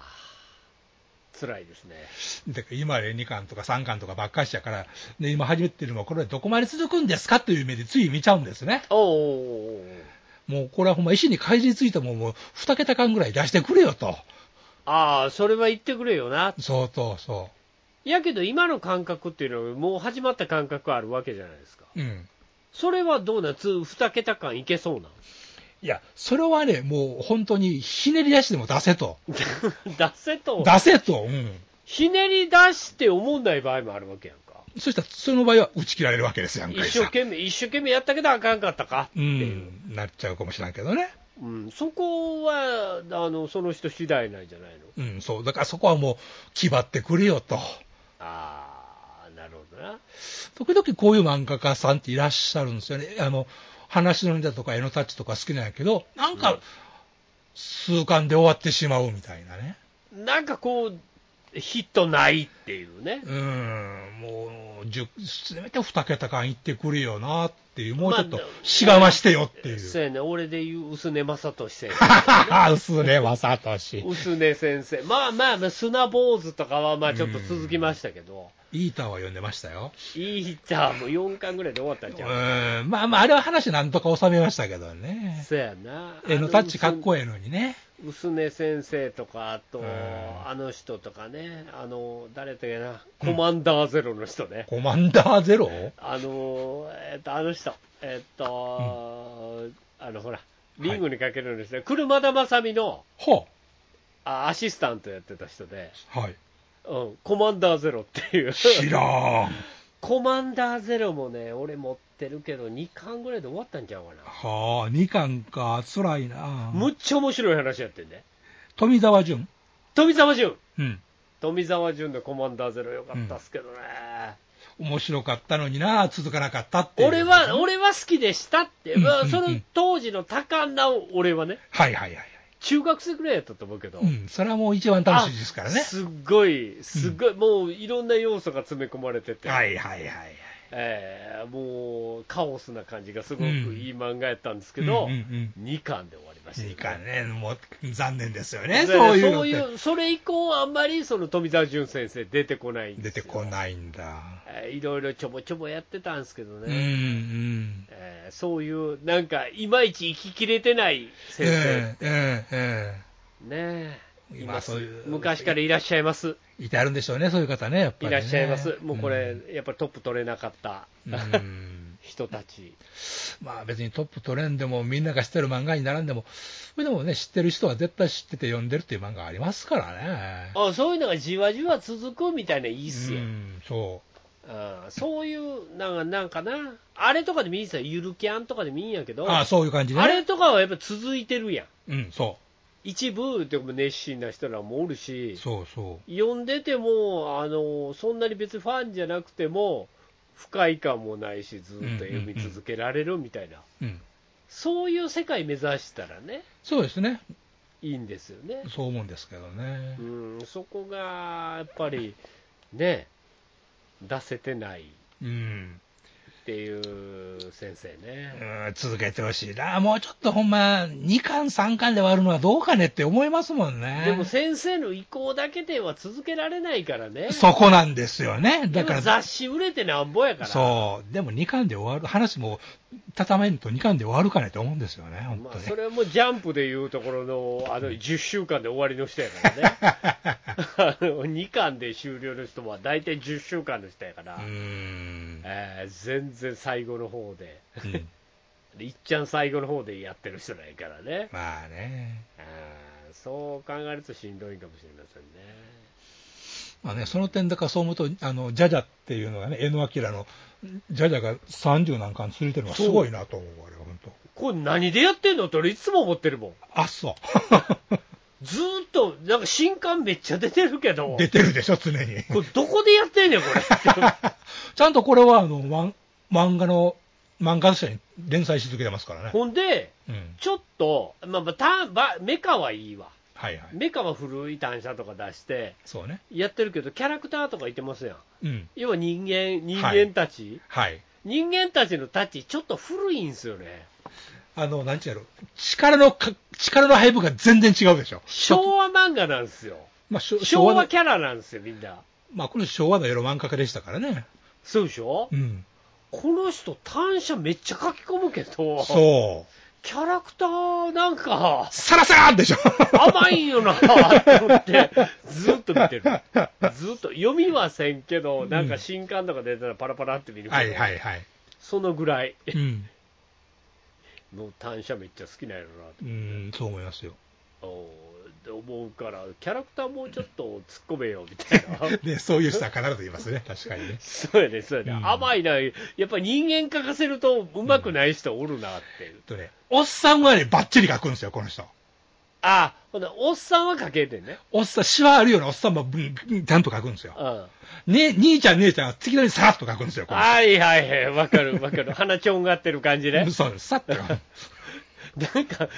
Speaker 1: 辛いですね、
Speaker 3: だから今で2巻とか3巻とかばっかりしたから、で今始めてるのは、これどこまで続くんですかという目でつい見ちゃうんですね。
Speaker 1: おお
Speaker 3: もうこれはほんま、石に返りついたもん、もう2桁巻ぐらい出してくれよと。
Speaker 1: ああ、それは言ってくれよな、
Speaker 3: そうそうそ
Speaker 1: やけど今の感覚っていうのは、もう始まった感覚あるわけじゃないですか、
Speaker 3: う。うん。
Speaker 1: それはどうなん、つ2桁間いけそうなん [LAUGHS]
Speaker 3: いや、それはね、もう本当にひねり出しでも出せと。
Speaker 1: 出せと、
Speaker 3: 出せと。うん。
Speaker 1: ひねり出して思んない場合もあるわけやんか。
Speaker 3: そしたら、その場合は打ち切られるわけですやんかい
Speaker 1: 一
Speaker 3: さ
Speaker 1: 生懸命、一生懸命やったけどあかんかったかって
Speaker 3: う
Speaker 1: いう、
Speaker 3: ん。なっちゃうかもしれんけどね。
Speaker 1: うんそこはあのその人次第なんじゃないの
Speaker 3: うん、そう。だからそこはもう、気張ってくれよと。
Speaker 1: ああ、なるほどな。
Speaker 3: 時々こういう漫画家さんっていらっしゃるんですよね。あの、話のネタとか絵のタッチとか好きなんやけど、なん
Speaker 1: う
Speaker 3: か
Speaker 1: ん、
Speaker 3: 数巻で終わってしまうみたいなね。
Speaker 1: なんかこう、ヒットないっていうね。
Speaker 3: うん、もう、10せめて2桁間いってくれよなっていう、もうちょっと
Speaker 1: まあ、
Speaker 3: しがましてよっていう。
Speaker 1: そうやね、俺で言う、薄根正俊先
Speaker 3: 薄れまさと
Speaker 1: 生。
Speaker 3: し。
Speaker 1: 薄根先生。まあまあまあ、砂坊主とかはまあちょっと続きましたけど、
Speaker 3: イーターは読んでましたよ。
Speaker 1: いいヒッターも4巻ぐらいで終わったん
Speaker 3: う
Speaker 1: じゃん。
Speaker 3: ん、まあまあ、あれは話なんとか収めましたけどね。
Speaker 1: そうやな。
Speaker 3: 絵のタッチかっ
Speaker 1: いい
Speaker 3: こええのにね。
Speaker 1: 薄根先生とか、あと
Speaker 3: うん、
Speaker 1: あの人とかね、あの、誰だっけな、コマンダーゼロの人ね。
Speaker 3: コマンダーゼロ
Speaker 1: あの、えっと、あの人、えっと、あの、ほら、リングにかけるんですね、車田正美の
Speaker 3: は
Speaker 1: あアシスタントやってた人で、
Speaker 3: あはい。
Speaker 1: うん、コマンダーゼロっていう。
Speaker 3: 知らん。
Speaker 1: コマンダーゼロもね、俺持ってるけど、2巻ぐらいで終わったんちゃうかな。
Speaker 3: はあ、2巻か、辛いな。
Speaker 1: むっちゃ面白い話やってんね。
Speaker 3: 富澤淳
Speaker 1: 富澤淳
Speaker 3: うん。
Speaker 1: 富澤淳のコマンダーゼロよかったっすけどね、
Speaker 3: 面白かったのにな、続かなかったっていう。
Speaker 1: 俺は、俺は好きでしたって、
Speaker 3: うん
Speaker 1: ま
Speaker 3: う
Speaker 1: あ、
Speaker 3: ん
Speaker 1: その
Speaker 3: うん
Speaker 1: 当時の高んな俺はね、
Speaker 3: はいはいはいはい。
Speaker 1: 中学生ぐらいやったと思うけど、
Speaker 3: うん、それはもう一番楽しいですからね
Speaker 1: あ。すっごい、すっごい、もういろんな要素が詰め込まれてて、
Speaker 3: はいはいはいはい。
Speaker 1: えーもうカオスな感じがすごくいい漫画やったんですけど、
Speaker 3: うんうん
Speaker 1: 2巻で終わりました、
Speaker 3: 2巻ね、もう残念ですよね、
Speaker 1: ね
Speaker 3: そういうの
Speaker 1: そう
Speaker 3: って
Speaker 1: いう、それ以降、あんまりその富澤淳先生出てこないんで
Speaker 3: 出
Speaker 1: すよ
Speaker 3: てこないんだ。
Speaker 1: えーいろいろちょぼちょぼやってたんですけどね。
Speaker 3: うんうん。
Speaker 1: えーそういう、なんか、いまいち生ききれてない先生、
Speaker 3: えええええ
Speaker 1: ねえ、
Speaker 3: 今
Speaker 1: います
Speaker 3: そういう
Speaker 1: 昔からいらっしゃいます、
Speaker 3: えいてあるんでしょうね、そういう方ね、やっぱ
Speaker 1: い
Speaker 3: り、ね。
Speaker 1: らっしゃいます、もうこれ、やっぱりトップ取れなかった
Speaker 3: う
Speaker 1: [LAUGHS]
Speaker 3: ん。うん
Speaker 1: 人たち、
Speaker 3: まあ別にトップ取れんでも、みんなが知ってる漫画に並んでも、これでもね、知ってる人は絶対知ってて読んでるっていう漫画ありますからね。
Speaker 1: あそういうのがじわじわ続くみたいな、いいっすよ、
Speaker 3: うん、そ
Speaker 1: あそういう、なんかなんかな、あれとかでもいいんですよ、ゆるキャンとかでもいいんやけ
Speaker 3: う。
Speaker 1: ど、
Speaker 3: ああ、そういう感じね。
Speaker 1: あれとかはやっぱ続いてるやん、
Speaker 3: うん、そ
Speaker 1: 一部でも熱心な人らもおる
Speaker 3: う。
Speaker 1: し、
Speaker 3: そうそう。
Speaker 1: 読んでてもあのそんなに別にファンじゃなくても不快感もないしずっと読み続けられるみたいな、
Speaker 3: うん。
Speaker 1: そういう世界目指したらね
Speaker 3: そうですね。
Speaker 1: いいんですよね、
Speaker 3: そう思うんですけどね
Speaker 1: う。ん、そこがやっぱりね出せてないっ
Speaker 3: うん。
Speaker 1: ていう先生ね、
Speaker 3: うん続けてほしいな。もうちょっとほんま、2巻3巻で割るのはどうかねって思いますもんね。
Speaker 1: でも先生の意向だけでは続けられないからね
Speaker 3: そこなんですよね。
Speaker 1: で
Speaker 3: だか
Speaker 1: も
Speaker 3: ら、
Speaker 1: 雑誌売れてなんぼやから
Speaker 3: そう。でも2巻で終わる、話も、畳めると2巻で終わるかねって思うんですよね、本
Speaker 1: ま
Speaker 3: 当
Speaker 1: あ、
Speaker 3: ね。
Speaker 1: それはもうジャンプでいうところのあの10週間で終わりの人やから
Speaker 3: [LAUGHS]
Speaker 1: ね、あの2巻で終了の人は大体10週間の人やから、
Speaker 3: うーん。
Speaker 1: えー全然最後の方で、
Speaker 3: うん
Speaker 1: いっちゃん最後の方でやってる人ないからね、
Speaker 3: まあね。
Speaker 1: あーそう考えるとしんどいかもしれませんね。
Speaker 3: まあね、その点だからそう思うと、あの、ジャジャっていうのがね、江野明の、ジャジャが30何巻続いてるのがすごいなと思う、あれは本当。
Speaker 1: これ何でやってんのって俺いつも思ってるもん。
Speaker 3: あ、そ
Speaker 1: ずーっと、なんか新刊めっちゃ出てるけど [LAUGHS]
Speaker 3: う。、出てるでしょ、常に。
Speaker 1: これどこでやってんねん、これ。 [LAUGHS]
Speaker 3: ちゃんとこれは、あの、漫漫画の、漫画社に連載し続けてますからね。
Speaker 1: ほんで、
Speaker 3: うん。
Speaker 1: ちょっと、まあまあターンば、メカはいいわ。
Speaker 3: はいはい。
Speaker 1: メカは古い単車とか出して、
Speaker 3: そうね。
Speaker 1: やってるけど、キャラクターとかいてますやん。
Speaker 3: うん。
Speaker 1: 要は人間、人
Speaker 3: はい
Speaker 1: 間たち、
Speaker 3: はい。
Speaker 1: 人間たちのタッチ、ちょっと古いんですよね。
Speaker 3: あの、なんちゅうやろ。力のか、力の配分が全然違うでしょ。
Speaker 1: 昭和漫画なんですよ。
Speaker 3: まあ、しょ
Speaker 1: 昭和
Speaker 3: の
Speaker 1: キャラなんですよ、みんな。
Speaker 3: まあ、これ昭和のエロ漫画家でしたからね。
Speaker 1: そうでしょ、
Speaker 3: うん。
Speaker 1: この人、単車めっちゃ書き込むけど、
Speaker 3: そう。
Speaker 1: キャラクターなんか、
Speaker 3: サラサラでしょ。
Speaker 1: 甘いんよなって思って、ずっと見てる。ずっと、読みはせんけど、なんか新刊とか出たらパラパラって見るけど、
Speaker 3: [LAUGHS] はいはいはい。
Speaker 1: そのぐらい。
Speaker 3: うん。
Speaker 1: もう単車めっちゃ好きなんやろなって
Speaker 3: うん、そう思いますよ。
Speaker 1: おー思うから、キャラクターもうちょっと突っ込めよ、みたいな。 [LAUGHS]
Speaker 3: で、そういう人は必ず言いますね。確かにね。
Speaker 1: そうやね、そうやね、
Speaker 3: うん
Speaker 1: 甘いな、やっぱ人間書かせるとうまくない人おるなって、
Speaker 3: えっとね、おっさんはね、ばっちり書くんですよ、この人。
Speaker 1: あほんでおっさんは書けてんね、
Speaker 3: おっさん、シワあるようなおっさんも、うんうんちゃんと書くんです
Speaker 1: う
Speaker 3: よ。
Speaker 1: ん、
Speaker 3: ね、兄ちゃん、姉ちゃんは適当にさらっと書くんですよ、この人
Speaker 1: はいはいはい、わかるわかる、鼻ちょんがってる感じ
Speaker 3: [LAUGHS]
Speaker 1: ね、
Speaker 3: そうです。さ
Speaker 1: [LAUGHS]
Speaker 3: っと書く。
Speaker 1: なんか、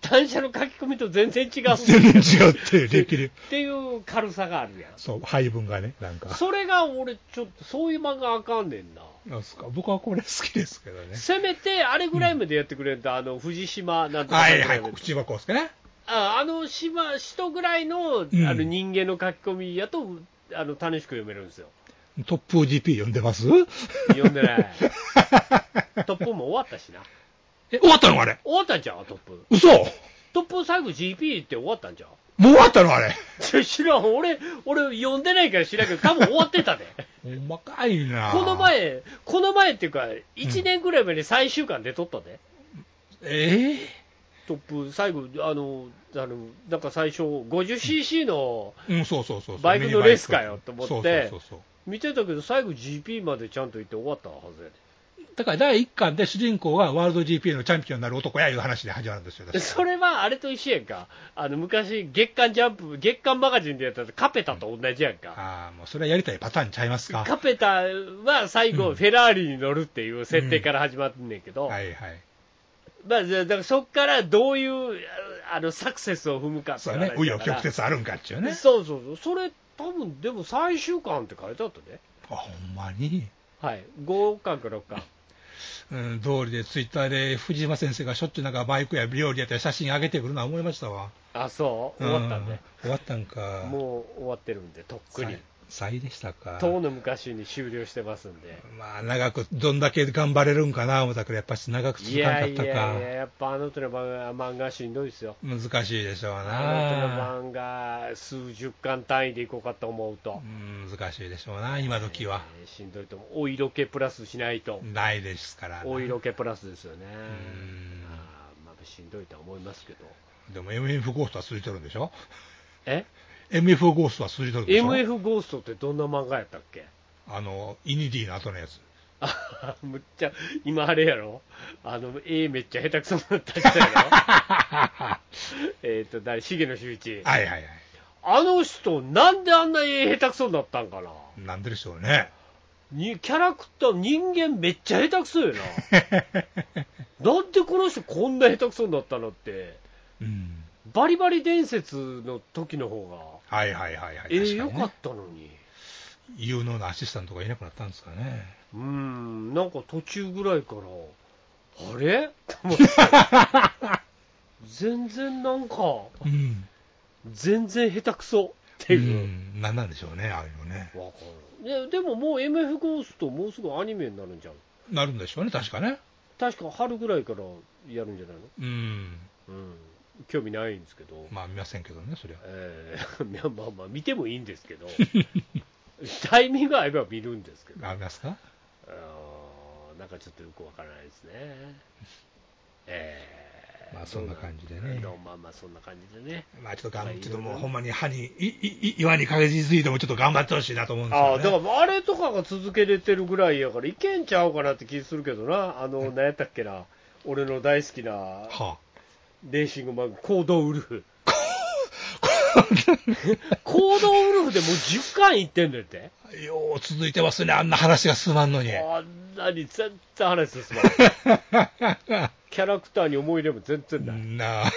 Speaker 1: 単車の書き込みと全然違う
Speaker 3: [LAUGHS] 全然違うっていう、できる。
Speaker 1: っていう軽さがあるやん、
Speaker 3: そう、配分がね、なんか。
Speaker 1: それが俺、ちょっとそういう漫画あかんねんな。
Speaker 3: なんすか僕はこれ好きですけどね。
Speaker 1: せめて、あれぐらいまでやってくれんと、あの、藤島なんとか
Speaker 3: はい
Speaker 1: ぐら
Speaker 3: はい、
Speaker 1: まで
Speaker 3: 口はこうすけね。
Speaker 1: ああの島人ぐらいの,、
Speaker 3: ん
Speaker 1: あの人間の書き込みやとあの楽しく読めるんですよ。
Speaker 3: トップ GP 読んでます
Speaker 1: [LAUGHS] 読んで
Speaker 3: [LAUGHS]
Speaker 1: ない。トップも終わったしな。
Speaker 3: え、終わったのあれ。
Speaker 1: 終わったんちゃうトップ。
Speaker 3: 嘘も
Speaker 1: トップ最後 GP って終わったんちゃう
Speaker 3: う終わったのあれ。
Speaker 1: ちょ知らん。俺、俺読んでないから知らんけど、多分終わってたで。
Speaker 3: ほんまかいな
Speaker 1: この。前、この前っていうか、1年ぐらい前に最終巻で撮ったで。
Speaker 3: ええ
Speaker 1: トップ最後、あの、あの、なんか最初 50cc の
Speaker 3: うん、そうそうそうそう。
Speaker 1: バイクのレースかよと思って
Speaker 3: そうそうそうそう。
Speaker 1: 見てたけど、最後 GP までちゃんと行って終わったはずやで。
Speaker 3: だから第1巻で主人公がワールド GP のチャンピオンになる男やいう話で始まるんですよ。
Speaker 1: でそれはあれと一緒やんか、あの昔、月刊ジャンプ、月刊マガジンでやったカペタと同じやんか、
Speaker 3: ああ、もうそれはやりたいパターンちゃいますか。
Speaker 1: カペタは最後、フェラーリに乗るっていう設定から始まってんねんけど、
Speaker 3: はいはい。
Speaker 1: まあ、じゃあだからそっからどういうあのサクセスを踏むかって
Speaker 3: そ
Speaker 1: いうう
Speaker 3: ね。紆
Speaker 1: 話だ
Speaker 3: 余
Speaker 1: から
Speaker 3: 曲折あるんかっちゅうね。
Speaker 1: そうそうそう、それ、多分でも最終巻って書いてあったね、
Speaker 3: あ、ほんまに。
Speaker 1: はい、5巻か6巻、
Speaker 3: うん、通りでツイッターで藤島先生がしょっちゅうなんかバイクや料理やって写真上げてくるのは思いましたわ。
Speaker 1: あそう、終わったんで、
Speaker 3: うん終わったんか。
Speaker 1: もう終わってるんで、とっくに
Speaker 3: さ、いでしたか。
Speaker 1: とうの昔に終了してますんで。
Speaker 3: まあ、長く、どんだけ頑張れるんかな思ったけど、やっぱし長く
Speaker 1: い
Speaker 3: 続かな
Speaker 1: や
Speaker 3: かっ
Speaker 1: い
Speaker 3: た
Speaker 1: やいや、
Speaker 3: か。
Speaker 1: やっぱあの手の漫画漫画しんどいですよ。
Speaker 3: 難しいでしょう
Speaker 1: あ
Speaker 3: な。
Speaker 1: の手の漫画、数十巻単位でいこうかと思うと
Speaker 3: う、ん難しいでしょうな、今時は。
Speaker 1: えーしんどいと思う、お色気プラスしないと、
Speaker 3: ないですから。
Speaker 1: お色気プラスですよね、
Speaker 3: ん
Speaker 1: あーまあ、しんどいとは思いますけど、
Speaker 3: でも MF ゴーストは続いてるんでしょ
Speaker 1: え
Speaker 3: ?MF ゴーストは続いてるんでしょ
Speaker 1: ?MF ゴーストってどんな漫画やったっけ [LAUGHS]
Speaker 3: あの、イニディの後のやつ。
Speaker 1: あむっちゃ、今あれやろあの、絵めっちゃ下手くそになった人やろ
Speaker 3: [LAUGHS]
Speaker 1: えっと、誰、重野秀一。
Speaker 3: はいはいはい。
Speaker 1: あの人、なんであんな絵下手くそになったんかな
Speaker 3: なんででしょうね。
Speaker 1: にキャラクター、人間めっちゃ下手くそ
Speaker 3: [LAUGHS]
Speaker 1: よな。なんでこの人こんな下手くそになったのって、
Speaker 3: うん。
Speaker 1: バリバリ伝説の時の方
Speaker 3: はいはいはいはい。
Speaker 1: が、え
Speaker 3: 確
Speaker 1: え、よ
Speaker 3: にね
Speaker 1: かったのに。
Speaker 3: 有能なアシスタントがいなくなったんですかね。
Speaker 1: うーん、なんか途中ぐらいから、あれと思って。全然なんか、
Speaker 3: うん。
Speaker 1: 全然下手くそって
Speaker 3: う
Speaker 1: いう。
Speaker 3: ん。なんなんでしょうね、ああいうのね。
Speaker 1: わ、かる。ででももう MF ゴーストもうすぐアニメになるんじゃん。
Speaker 3: なるんでしょうね、確かね。
Speaker 1: 確か春ぐらいからやるんじゃないの
Speaker 3: うん。
Speaker 1: うん。興味ないんですけど。
Speaker 3: まあ見ませんけどね、そりゃ。
Speaker 1: えー [LAUGHS] いやまあまあ見てもいいんですけ
Speaker 3: [LAUGHS]
Speaker 1: どタイミング合えば見るんですけど
Speaker 3: ありますか
Speaker 1: あーなんかちょっとよくわからないですねえ
Speaker 3: まあそんな感じでね。
Speaker 1: どうもまあまあそんな感じでね。
Speaker 3: まあちょっとがん、ちょっともうほんまに歯に、い、い、い岩にかけじついてもちょっと頑張ってほしいなと思うんです
Speaker 1: あ
Speaker 3: よ、
Speaker 1: あ
Speaker 3: ね。
Speaker 1: だからあれとかが続けれてるぐらいやからいけんちゃうかなって気するけどなあの何やったっけな俺の大好きな
Speaker 3: は
Speaker 1: レーシングマンコードウルフ
Speaker 3: あ、
Speaker 1: コードウルフでもう10巻いってんだって
Speaker 3: よう続いてますね、あんな話が進まんのに。
Speaker 1: [LAUGHS] あんなに全然話進まん [LAUGHS] キャラクターに思い入れも全然ない、
Speaker 3: な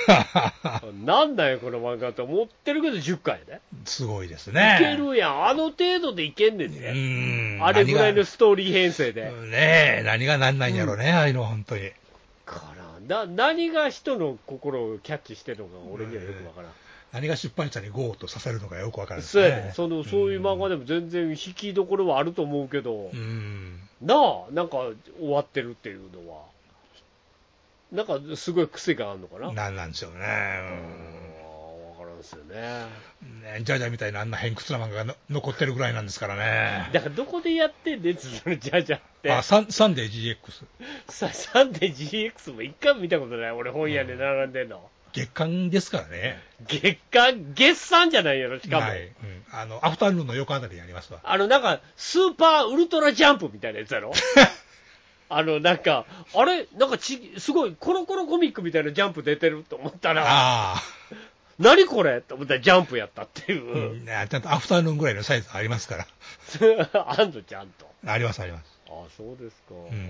Speaker 3: あ、 [LAUGHS]
Speaker 1: なんだよこの漫画って思ってるけど10巻や
Speaker 3: すごいです
Speaker 1: ね
Speaker 3: ね。
Speaker 1: いけるやんあの程度でいけんねん
Speaker 3: う
Speaker 1: で、
Speaker 3: ん。
Speaker 1: あれぐらいの
Speaker 3: 何
Speaker 1: ストーリー編成で、
Speaker 3: がねえ、何がなんないんやろうね、ああいうの、本当に。
Speaker 1: からんな何が人の心をキャッチしてるのか俺にはよくわからん
Speaker 3: 何が出版社にゴーとさせるのかよくわからないです
Speaker 1: そうや
Speaker 3: ね
Speaker 1: ね。そのそういう漫画でも全然引きどころはあると思うけど、
Speaker 3: うん。
Speaker 1: なあ、なんか終わってるっていうのは、なんかすごい癖があるのかな、
Speaker 3: なんなんでしょうね。
Speaker 1: 分からんですよね、
Speaker 3: うんねジャジャみたいなあんな偏屈な漫画がの残ってるぐらいなんですからね。
Speaker 1: だからどこでやってんねんって、そのジャジャって、
Speaker 3: あ、サンサンデー GX。
Speaker 1: さサンデー GX も一回も見たことない、俺、本屋で並んでんの、
Speaker 3: 月間ですからね。
Speaker 1: 月間、月産じゃないやろ、しかも、
Speaker 3: はい。うんあの、アフタヌーンの横あたりにありますわ。
Speaker 1: あのなんか、スーパーウルトラジャンプみたいなやつや
Speaker 3: [LAUGHS]
Speaker 1: ろ。あの、なんか、あれなんかち、すごい、コロコロコミックみたいなジャンプ出てると思ったら、
Speaker 3: あ
Speaker 1: 何これと思ったらジャンプやったってい
Speaker 3: あ、う
Speaker 1: う。
Speaker 3: んねちゃんとアフタヌーンぐらいのサイズありますから。
Speaker 1: [LAUGHS] あんの、ちゃんと。
Speaker 3: あります、あります。
Speaker 1: あそうですか。
Speaker 3: うん。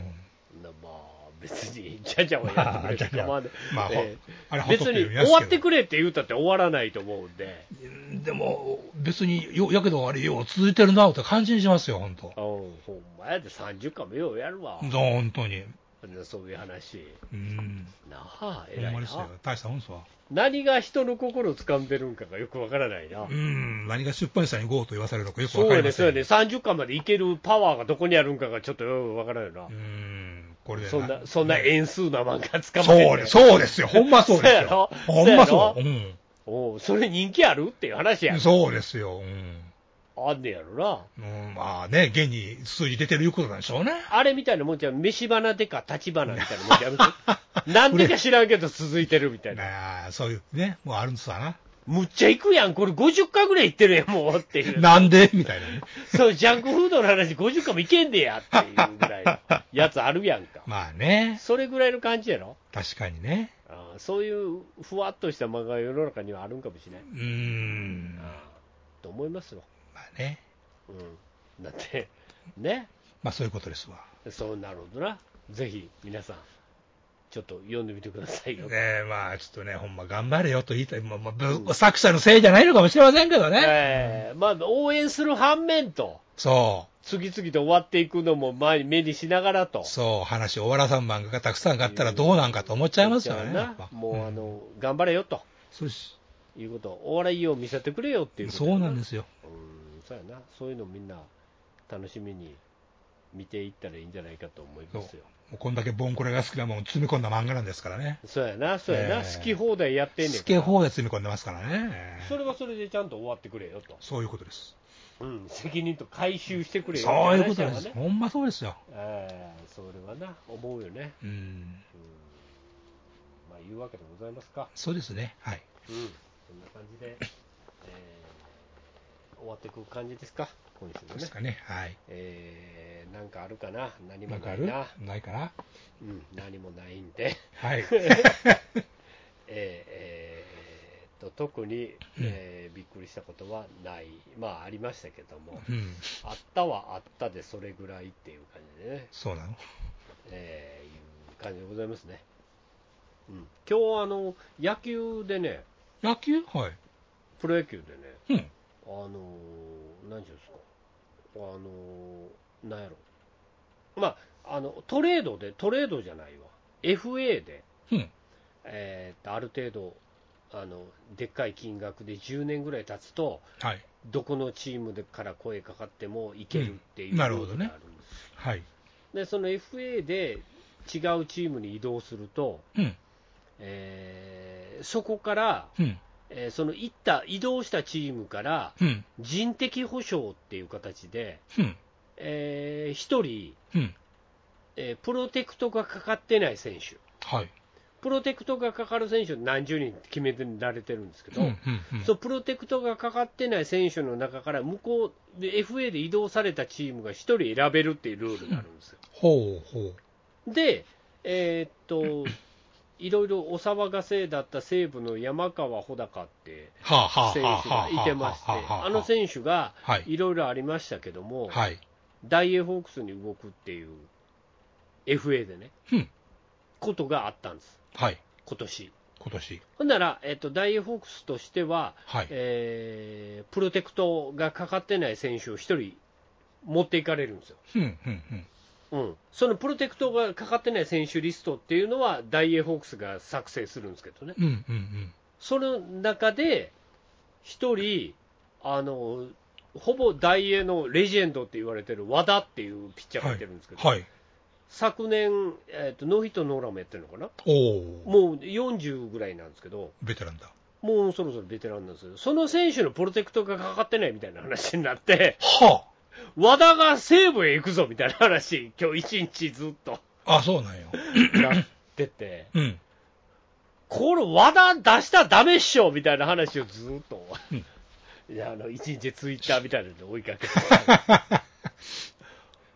Speaker 1: なまあ、別に、じゃじゃはや
Speaker 3: [LAUGHS]
Speaker 1: ってくれて構わない。
Speaker 3: まあ、
Speaker 1: え
Speaker 3: ほあれ、
Speaker 1: え
Speaker 3: ホット
Speaker 1: 別
Speaker 3: って
Speaker 1: に
Speaker 3: いう意味ですけど
Speaker 1: 終わってくれって言うたって終わらないと思うんで、
Speaker 3: うんでも、別に、よ、やけどあれ、よう続いてるな、って感心しますよ、本当
Speaker 1: うん、ほんまやで30巻目ようやるわ、
Speaker 3: 本当に。
Speaker 1: そういう話、
Speaker 3: うん。
Speaker 1: なあ、
Speaker 3: ほ
Speaker 1: 偉
Speaker 3: ん
Speaker 1: い
Speaker 3: ま
Speaker 1: な
Speaker 3: ですよ。大したもんですわ。
Speaker 1: 何が人の心を掴んでるんかがよくわからないな。
Speaker 3: うん。何が出版社にゴーと言わされるのかよく
Speaker 1: そ
Speaker 3: わ
Speaker 1: う
Speaker 3: か
Speaker 1: や
Speaker 3: りま
Speaker 1: ね、
Speaker 3: せ
Speaker 1: そ
Speaker 3: ん
Speaker 1: う
Speaker 3: よ
Speaker 1: やね、30巻までいけるパワーがどこにあるんかがちょっとよくわからないな
Speaker 3: う。ん。これで
Speaker 1: そんな、そんな円数な漫画掴まれて
Speaker 3: そうでそうですよ。ほんまそうですよ。
Speaker 1: [LAUGHS] そうやろ
Speaker 3: ほんま
Speaker 1: そうやろ
Speaker 3: そう。うん。
Speaker 1: おうそれ人気あるっていう話や。
Speaker 3: そうですよ。うん。
Speaker 1: あんねやろな。
Speaker 3: うん、まあね、現に数字出てるいうことなんでしょうね。
Speaker 1: あれみたいなもんじゃん、飯花でか立花みたいなもんじゃ
Speaker 3: [LAUGHS]
Speaker 1: ん。なんでか知らんけど続いてるみたいな。
Speaker 3: なあそういうね、もうあるんですわな。
Speaker 1: むっちゃ行くやん、これ50回ぐらい行ってるやん、もうっていう。
Speaker 3: なんでみたいなね。
Speaker 1: そう、ジャンクフードの話50回もいけんでやっていうぐらいのやつあるやんか。
Speaker 3: まあね、
Speaker 1: それぐらいの感じやろ
Speaker 3: 確かにね。
Speaker 1: あーそういうふわっとした漫画が世の中にはあるんかもしれない、
Speaker 3: うーん、ま
Speaker 1: と思いますよ、
Speaker 3: あね。
Speaker 1: うん、だってね
Speaker 3: まあそういうことですわ。
Speaker 1: そうなるほどなぜひ皆さんちょっと読んでみてくださいよ、
Speaker 3: ねえ、まあちょっとね、ほんま頑張れよと言いたい。まあまあぶ作者のせいじゃないのかもしれませんけどね。
Speaker 1: えーまあ、応援する反面と
Speaker 3: そ
Speaker 1: 次々と終わっていくのも前に目にしながらと
Speaker 3: う、そう、話終わらさん漫画がたくさん買ったらどうなんかと思っちゃいますよね。やっぱ
Speaker 1: もうあ、の、
Speaker 3: ん
Speaker 1: 頑張れよと
Speaker 3: そうし
Speaker 1: いうことお笑いを見せてくれよっていうこと
Speaker 3: そうなんですすよ。
Speaker 1: うんそうやなそういうのみんな楽しみに見ていったらいいんじゃないかと思いますよ
Speaker 3: もうこんだけボンコレが好きなもん詰め込んだ漫画なんですからね。
Speaker 1: そうやな、そうやな、
Speaker 3: えー
Speaker 1: 好き放題やってんねん
Speaker 3: ス
Speaker 1: か
Speaker 3: ケ
Speaker 1: ら
Speaker 3: 方で詰め込んでますからね。
Speaker 1: それはそれでちゃんと終わってくれよと、
Speaker 3: そういうことです。
Speaker 1: うん、責任と回収してくれよ
Speaker 3: そういうこと
Speaker 1: って話や
Speaker 3: で
Speaker 1: わ
Speaker 3: す。
Speaker 1: ね
Speaker 3: ほんまそうですよ。
Speaker 1: えーそれはな、思うよね、
Speaker 3: うん。
Speaker 1: うんまあ、いうわけでございますか、
Speaker 3: そうですね。はい。
Speaker 1: うん、そんな感じで、えー終わっていく感じですか、今週も
Speaker 3: どうで
Speaker 1: ね
Speaker 3: す、かね。はい。
Speaker 1: えーなんかあるかな、何も
Speaker 3: なんか
Speaker 1: な
Speaker 3: あ
Speaker 1: いな、
Speaker 3: るないかな
Speaker 1: うん、何もないんで。 [LAUGHS]
Speaker 3: はい。
Speaker 1: えーえーっと特に、えーびっくりしたことはない、まあありましたけども、
Speaker 3: うん。
Speaker 1: あったはあったでそれぐらいっていう感じでね、
Speaker 3: そうなの
Speaker 1: えーいう感じでございますね。うん、今日あの野球でね、
Speaker 3: 野球はい。
Speaker 1: プロ野球でね、
Speaker 3: う
Speaker 1: あ
Speaker 3: ん。
Speaker 1: のー、何ていうんですか、あのー、なんやろ、まああの、トレードで、トレードじゃないわ、FA で、
Speaker 3: うん。
Speaker 1: えーっとある程度あの、でっかい金額で10年ぐらい経つと、
Speaker 3: はい。
Speaker 1: どこのチームでから声かかってもいけるっていううんル
Speaker 3: なるほ
Speaker 1: ー
Speaker 3: ど
Speaker 1: ルが
Speaker 3: ね
Speaker 1: あるんです、
Speaker 3: はい。
Speaker 1: でその FA で違うチームに移動すると、
Speaker 3: うん。
Speaker 1: えーそこから、
Speaker 3: うん。
Speaker 1: えーその行った移動したチームから
Speaker 3: うん。
Speaker 1: 人的保障っていう形で、
Speaker 3: うん。
Speaker 1: え1人、
Speaker 3: うん。
Speaker 1: えープロテクトがかかってない選手
Speaker 3: はい。
Speaker 1: プロテクトがかかる選手何十人って決めてられてるんですけど、
Speaker 3: うんうんうん
Speaker 1: そうプロテクトがかかってない選手の中から向こうで FA で移動されたチームが1人選べるっていうルールがあるんですよ。
Speaker 3: ほうほう。
Speaker 1: で、えーっといろいろお騒がせだった西武の山川穂高って
Speaker 3: はあ、はあ、
Speaker 1: 選手がいてまして、あの選手が
Speaker 3: はい
Speaker 1: いろいろありましたけども、
Speaker 3: 手はい。
Speaker 1: ダイエーホークスに動くっていう FA でね、
Speaker 3: うん
Speaker 1: ことがあったんです、
Speaker 3: はい。
Speaker 1: 今年
Speaker 3: 今年。
Speaker 1: ほんなら、えっと、ダイエーホークスとしては、
Speaker 3: はい。
Speaker 1: えープロテクトがかかってない選手を1人持っていかれるんですよ、
Speaker 3: うん、うん、うん。
Speaker 1: うん、そのプロテクトがかかってない選手リストっていうのは、ダイエーホークスが作成するんですけどね、
Speaker 3: うん、うん、うん。
Speaker 1: その中で、1人、あのほぼダイエーのレジェンドって言われてる和田っていうピッチャーがいてるんですけど、
Speaker 3: はい。
Speaker 1: 昨年、えーと、ノーヒットノーランもやってるのかな、
Speaker 3: おお。
Speaker 1: もう40ぐらいなんですけど、
Speaker 3: ベテランだ。
Speaker 1: もうそろそろベテランなんですよ、その選手のプロテクトがかかってないみたいな話になって、
Speaker 3: は
Speaker 1: 和田が西武へ行くぞみたいな話、 [LAUGHS] 今日一日ずっと
Speaker 3: あ。あ、そうなんよ。
Speaker 1: なってて、
Speaker 3: うん。
Speaker 1: これ、和田出したらダメっしょみたいな話をずっと、 [LAUGHS] いやあの一日ツイッターみたいなので追いかけて。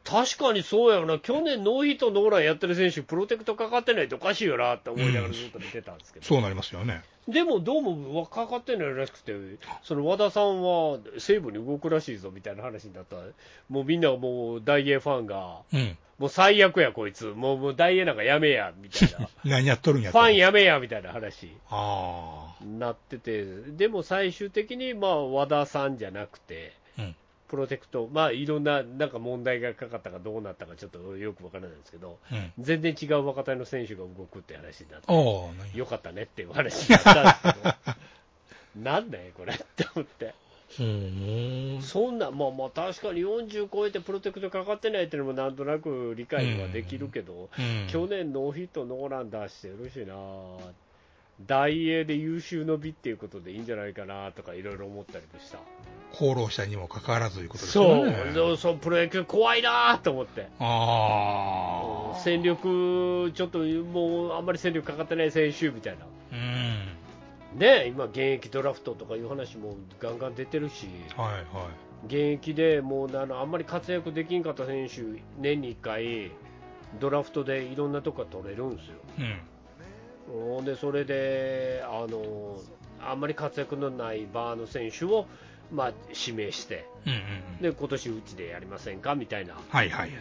Speaker 1: 確かにそうやよな、去年ノーヒットノーランやってる選手、プロテクトかかってないとおかしいよなって思いながらずっと見てたんですけど、
Speaker 3: そうなりますよね。
Speaker 1: でもどうもかかってないらしくて、その和田さんは西武に動くらしいぞみたいな話になったら、もうみんなもう大英ファンが、
Speaker 3: うん。
Speaker 1: もう最悪やこいつ、もうもう大英なんかやめやみたいな、
Speaker 3: 何やっとるんや
Speaker 1: フ
Speaker 3: と
Speaker 1: ァンやめやみたいな話
Speaker 3: あ
Speaker 1: になってて、でも最終的にまあ和田さんじゃなくて、
Speaker 3: あ。うん。
Speaker 1: プロテクト、まあいろんななんか問題がかかったかどうなったかちょっとよくわからないんですけど、
Speaker 3: うん。
Speaker 1: 全然違う若手の選手が動くって話になって。
Speaker 3: おお。何
Speaker 1: よかったねっていう話だったんですけど、なんだよ、これって思って、
Speaker 3: ほーん。
Speaker 1: そんな、まあまあ、確かに40超えてプロテクトかかってないっていうのも、なんとなく理解はできるけど、
Speaker 3: うん
Speaker 1: 去年ノーヒットノーラン出してるしな、大英で優秀の美っていうことでいいんじゃないかなとか、いろいろ思ったりもした、
Speaker 3: 功労したにもかかわらずいうことです
Speaker 1: そ
Speaker 3: よ
Speaker 1: う
Speaker 3: ね。
Speaker 1: そう、そうプロ野球怖いなと思って。
Speaker 3: ああ。
Speaker 1: 戦力、ちょっともうあんまり戦力かかってない選手みたいな、
Speaker 3: うん。
Speaker 1: ね、今、現役ドラフトとかいう話もガンガン出てるし、
Speaker 3: はいは
Speaker 1: 現役でもうあのあんまり活躍できんかった選手、年に1回、ドラフトでいろんなとこから取れるんですよ。
Speaker 3: い。うん。
Speaker 1: ほんでそれであのあんまり活躍のないバーの選手を、まあ、指名して
Speaker 3: うんうんうん。
Speaker 1: で今年うちでやりませんかみたいな
Speaker 3: はいはいはい。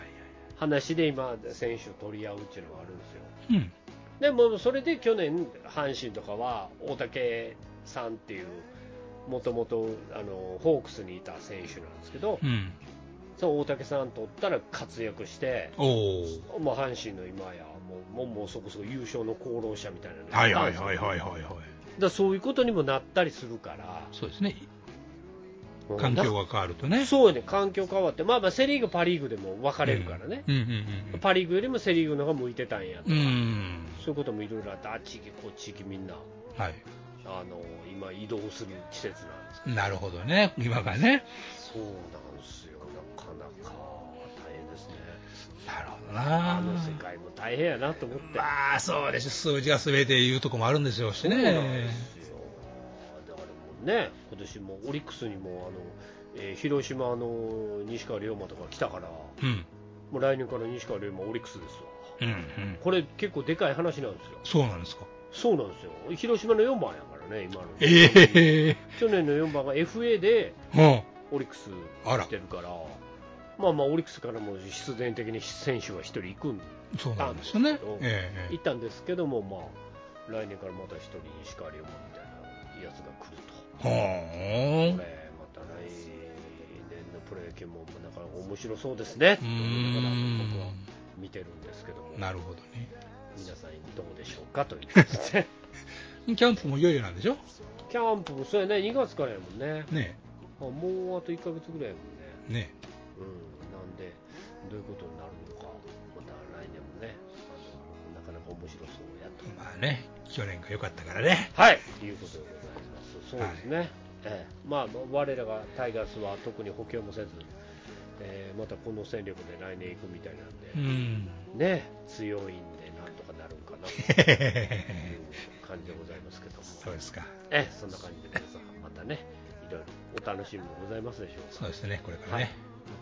Speaker 1: 話で今選手を取り合うっていうのがあるんですよ
Speaker 3: うん。
Speaker 1: でもうそれで去年、阪神とかは大竹さんっていうもともとホークスにいた選手なんですけど、
Speaker 3: うん。
Speaker 1: そう大竹さん取ったら活躍して、
Speaker 3: おお。
Speaker 1: もう阪神の今やもう、もうもうそこそこ優勝の功労者みたいなのが
Speaker 3: はいはいはい
Speaker 1: だか
Speaker 3: はいはいはい。
Speaker 1: らそういうことにもなったりするから、
Speaker 3: そうですね。環境が変わるとね。
Speaker 1: そうよね、環境変わって、まあ、まあセ・リーグ、パ・リーグでも分かれるからね、
Speaker 3: うんうん
Speaker 1: パ・リーグよりもセ・リーグの方が向いてたんやと
Speaker 3: うん
Speaker 1: か、
Speaker 3: うん。うん。
Speaker 1: そういうこともいろいろあって、あっち行け、こっち行け、みんな、
Speaker 3: はい。
Speaker 1: あの今、移動する季節なんです
Speaker 3: なるほどね。今がね。
Speaker 1: けど、そうなんですよ、なかなか大変ですね、
Speaker 3: なるほど
Speaker 1: あ
Speaker 3: な。
Speaker 1: の世界も大変やなと思って。
Speaker 3: まあそうでしょ。数字が全て言うとこもあるんでしょう
Speaker 1: そ
Speaker 3: し
Speaker 1: うなんで
Speaker 3: ね。
Speaker 1: すよだからもうね、今年もオリックスにもあの、えー広島の西川龍馬とか来たから、
Speaker 3: うん。
Speaker 1: もう来年から西川龍馬、オリックスですよ、
Speaker 3: うんうん。
Speaker 1: これ、結構でかい話なんですよ、
Speaker 3: そうなんですか。
Speaker 1: そうなんですよ、広島の4番やからね、今の、
Speaker 3: ええ
Speaker 1: 去年の4番が FA で
Speaker 3: うん。
Speaker 1: オリックスしてるから、まあまあ、オリックスからも必然的に選手は1人行くん
Speaker 3: そうなんですよね。ええ
Speaker 1: 行ったんですけども、まあ、来年からまた1人、西川龍馬みたいなやつが来ると。
Speaker 3: ほー
Speaker 1: こ
Speaker 3: ん。
Speaker 1: れまた来年のプロ野球もなかなか面白そうですねと
Speaker 3: うー
Speaker 1: 思いながら僕は
Speaker 3: ん。
Speaker 1: 見てるんですけども
Speaker 3: なるほどね。
Speaker 1: 皆さんどうでしょうかという感じ
Speaker 3: [LAUGHS]
Speaker 1: で
Speaker 3: キャンプもいよいよなんでしょ
Speaker 1: キャンプもそうやね2月からやもんね
Speaker 3: ね
Speaker 1: あもうあと1ヶ月ぐらいやもんね
Speaker 3: え。ね
Speaker 1: うんなんでどういうことになるのかまた来年もねあのなかなか面白そうやと
Speaker 3: え。まあね、去年が良かったからね。
Speaker 1: はいいうことでございますそうですね、ええまあ我らがタイガースは特に補強もせずえーまたこの戦力で来年行くみたいなんで、
Speaker 3: うん。
Speaker 1: ね、強いんでなんとかなるんかなという感じでございますけども、
Speaker 3: [LAUGHS] そうですか。
Speaker 1: えそんな感じで皆さん、またね、いろいろお楽しみもございますでしょう
Speaker 3: そうですね、これか
Speaker 1: からはい
Speaker 3: ね。、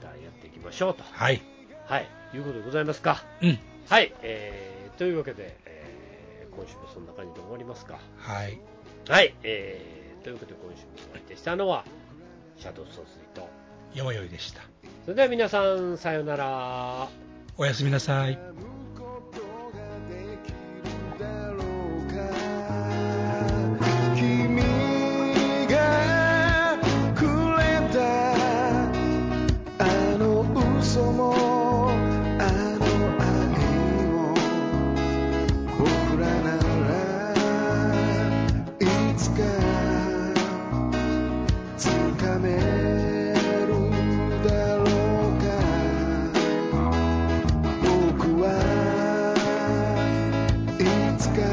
Speaker 1: またやっていきましょうと、
Speaker 3: はい。
Speaker 1: はい、いうことでございますか。
Speaker 3: うん。
Speaker 1: はい、えーというわけで、えー今週もそんな感じで終わりますか。
Speaker 3: はい。
Speaker 1: はい、えーということで今週もお相手したのは、シャドウ総帥と、
Speaker 3: よもよいでした。
Speaker 1: それでは皆さん、さようなら。
Speaker 3: おやすみなさい。
Speaker 6: むことができるだろうか君がくれたあの嘘もあの愛も僕らならいつか掴めるだろうか僕はいつか